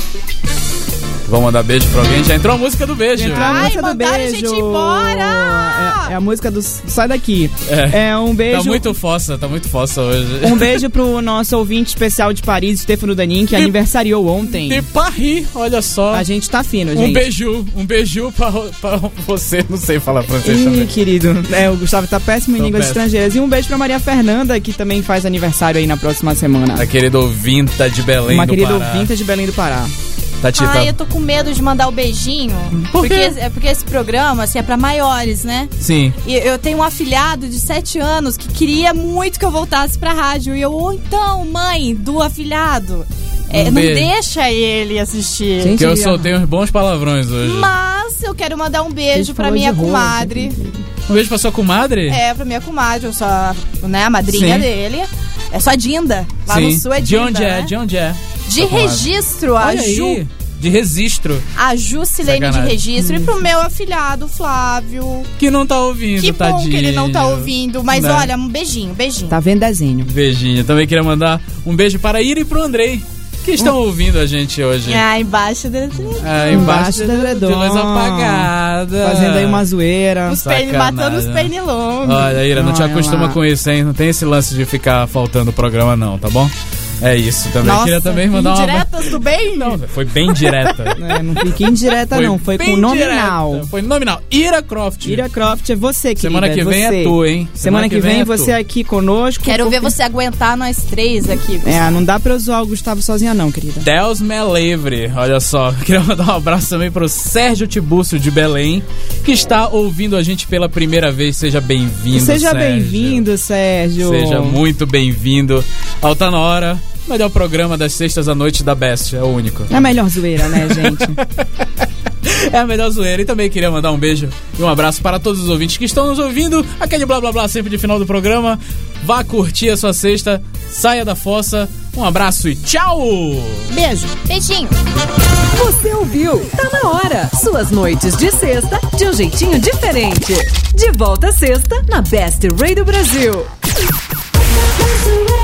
A: Vou mandar beijo pra alguém. Já entrou a música do beijo. Tá
D: Entrou a
F: Ai,
D: música do
F: mandaram a
D: beijo.
F: gente embora!
D: É, é a música do Sai Daqui.
A: É.
D: É, um beijo.
A: Tá muito fossa, tá muito fossa hoje.
D: Um beijo pro nosso ouvinte especial de Paris, Stefano Danin,
A: Tipo-
D: que aniversariou ontem.
A: De Paris, olha só.
D: A gente tá fino, gente.
A: Tipo- Um beijo, um beijo pra, pra você. Não sei falar francês
D: Ih,
A: também.
D: querido. É, o Gustavo tá péssimo em
A: Tô
D: línguas
A: péssimo.
D: estrangeiras. E um beijo pra Maria Fernanda, que também faz aniversário aí na próxima semana.
A: A querida ouvinta de Tá Belém
D: Uma
A: do
D: querida
A: Pará. Tá
D: ouvinte de Belém do Pará.
A: Tatita.
F: Ai, eu tô com medo de mandar o beijinho.
A: Por quê?
F: Porque, é porque esse programa, assim, é pra maiores, né?
A: Sim.
F: E eu tenho um afilhado de 7 anos que queria muito que eu voltasse pra rádio. E eu, ou então, mãe do afilhado, é,
A: Um
F: não
A: beijo.
F: deixa ele assistir.
D: Gente,
A: Que eu
D: Lia.
A: soltei uns bons palavrões hoje.
F: Mas eu quero mandar um beijo
D: Ele
F: pra
D: falou
F: minha
D: de rola,
F: comadre.
A: Um beijo pra sua comadre?
F: É, pra minha comadre, eu sou a, né, a madrinha
A: Sim.
F: dele. É só a Dinda. Lá
A: Sim.
F: no sul é Dinda.
A: De onde é?
F: né?
A: De onde é?
F: De
A: Sua comadre.
F: registro, a
A: Olha
F: Ju.
A: aí. de registro
F: A Jusilene de
A: Sacanagem. Hum.
F: registro. E pro meu afilhado, Flávio.
A: que não tá ouvindo,
F: Que bom
A: tadinho.
F: que ele não tá ouvindo. Mas
A: Né?
F: olha, um beijinho, beijinho.
M: Tá vendazinho.
A: Beijinho. Também queria mandar um beijo para a Ira e pro Andrei, que estão
F: Hum.
A: ouvindo a gente hoje.
F: Ah, embaixo desse.
A: Ah,
D: Embaixo
A: embaixo,
D: do
A: de, de
D: edredom.
A: luz apagada.
D: Fazendo aí uma zoeira.
F: Os perne-
A: sacanagem.
F: matando os pernilongos.
A: Olha, Ira, não te
D: Olha
A: acostuma
D: lá.
A: com isso, hein? Não tem esse lance de ficar faltando o programa, não, tá bom? É isso também. queria também mandar um uma.
F: indiretas do bem?
A: Não, foi bem direta.
D: É, não fique indireta, não. Foi
A: bem
D: com nominal.
A: direta. Foi nominal. Ira Croft.
D: Ira Croft, é você, querida.
A: Semana que vem
D: você.
A: é tu, hein?
D: Semana, que vem, você
A: é
D: aqui conosco.
F: Quero ver você aguentar nós três aqui.
D: É, não dá pra eu zoar o Gustavo sozinha, não, querida.
A: Deus me livre, olha só. Queria mandar um abraço também pro Sérgio Tibúcio de Belém, que está ouvindo a gente pela primeira vez. Seja bem-vindo,
D: Seja
A: Sérgio.
D: bem-vindo, Sérgio.
A: Seja muito bem-vindo. Alta na hora, melhor programa das sextas à noite da Best, é o único.
D: É a melhor zoeira, né, gente?
A: É a melhor zoeira. E também queria mandar um beijo e um abraço para todos os ouvintes que estão nos ouvindo. Aquele blá blá blá sempre de final do programa. Vá curtir a sua sexta, saia da fossa. Um abraço e tchau!
F: Beijo. Beijinho.
C: Você ouviu? Tá na hora. Suas noites de sexta de um jeitinho diferente. De volta sexta na Best Radio Brasil.
B: Best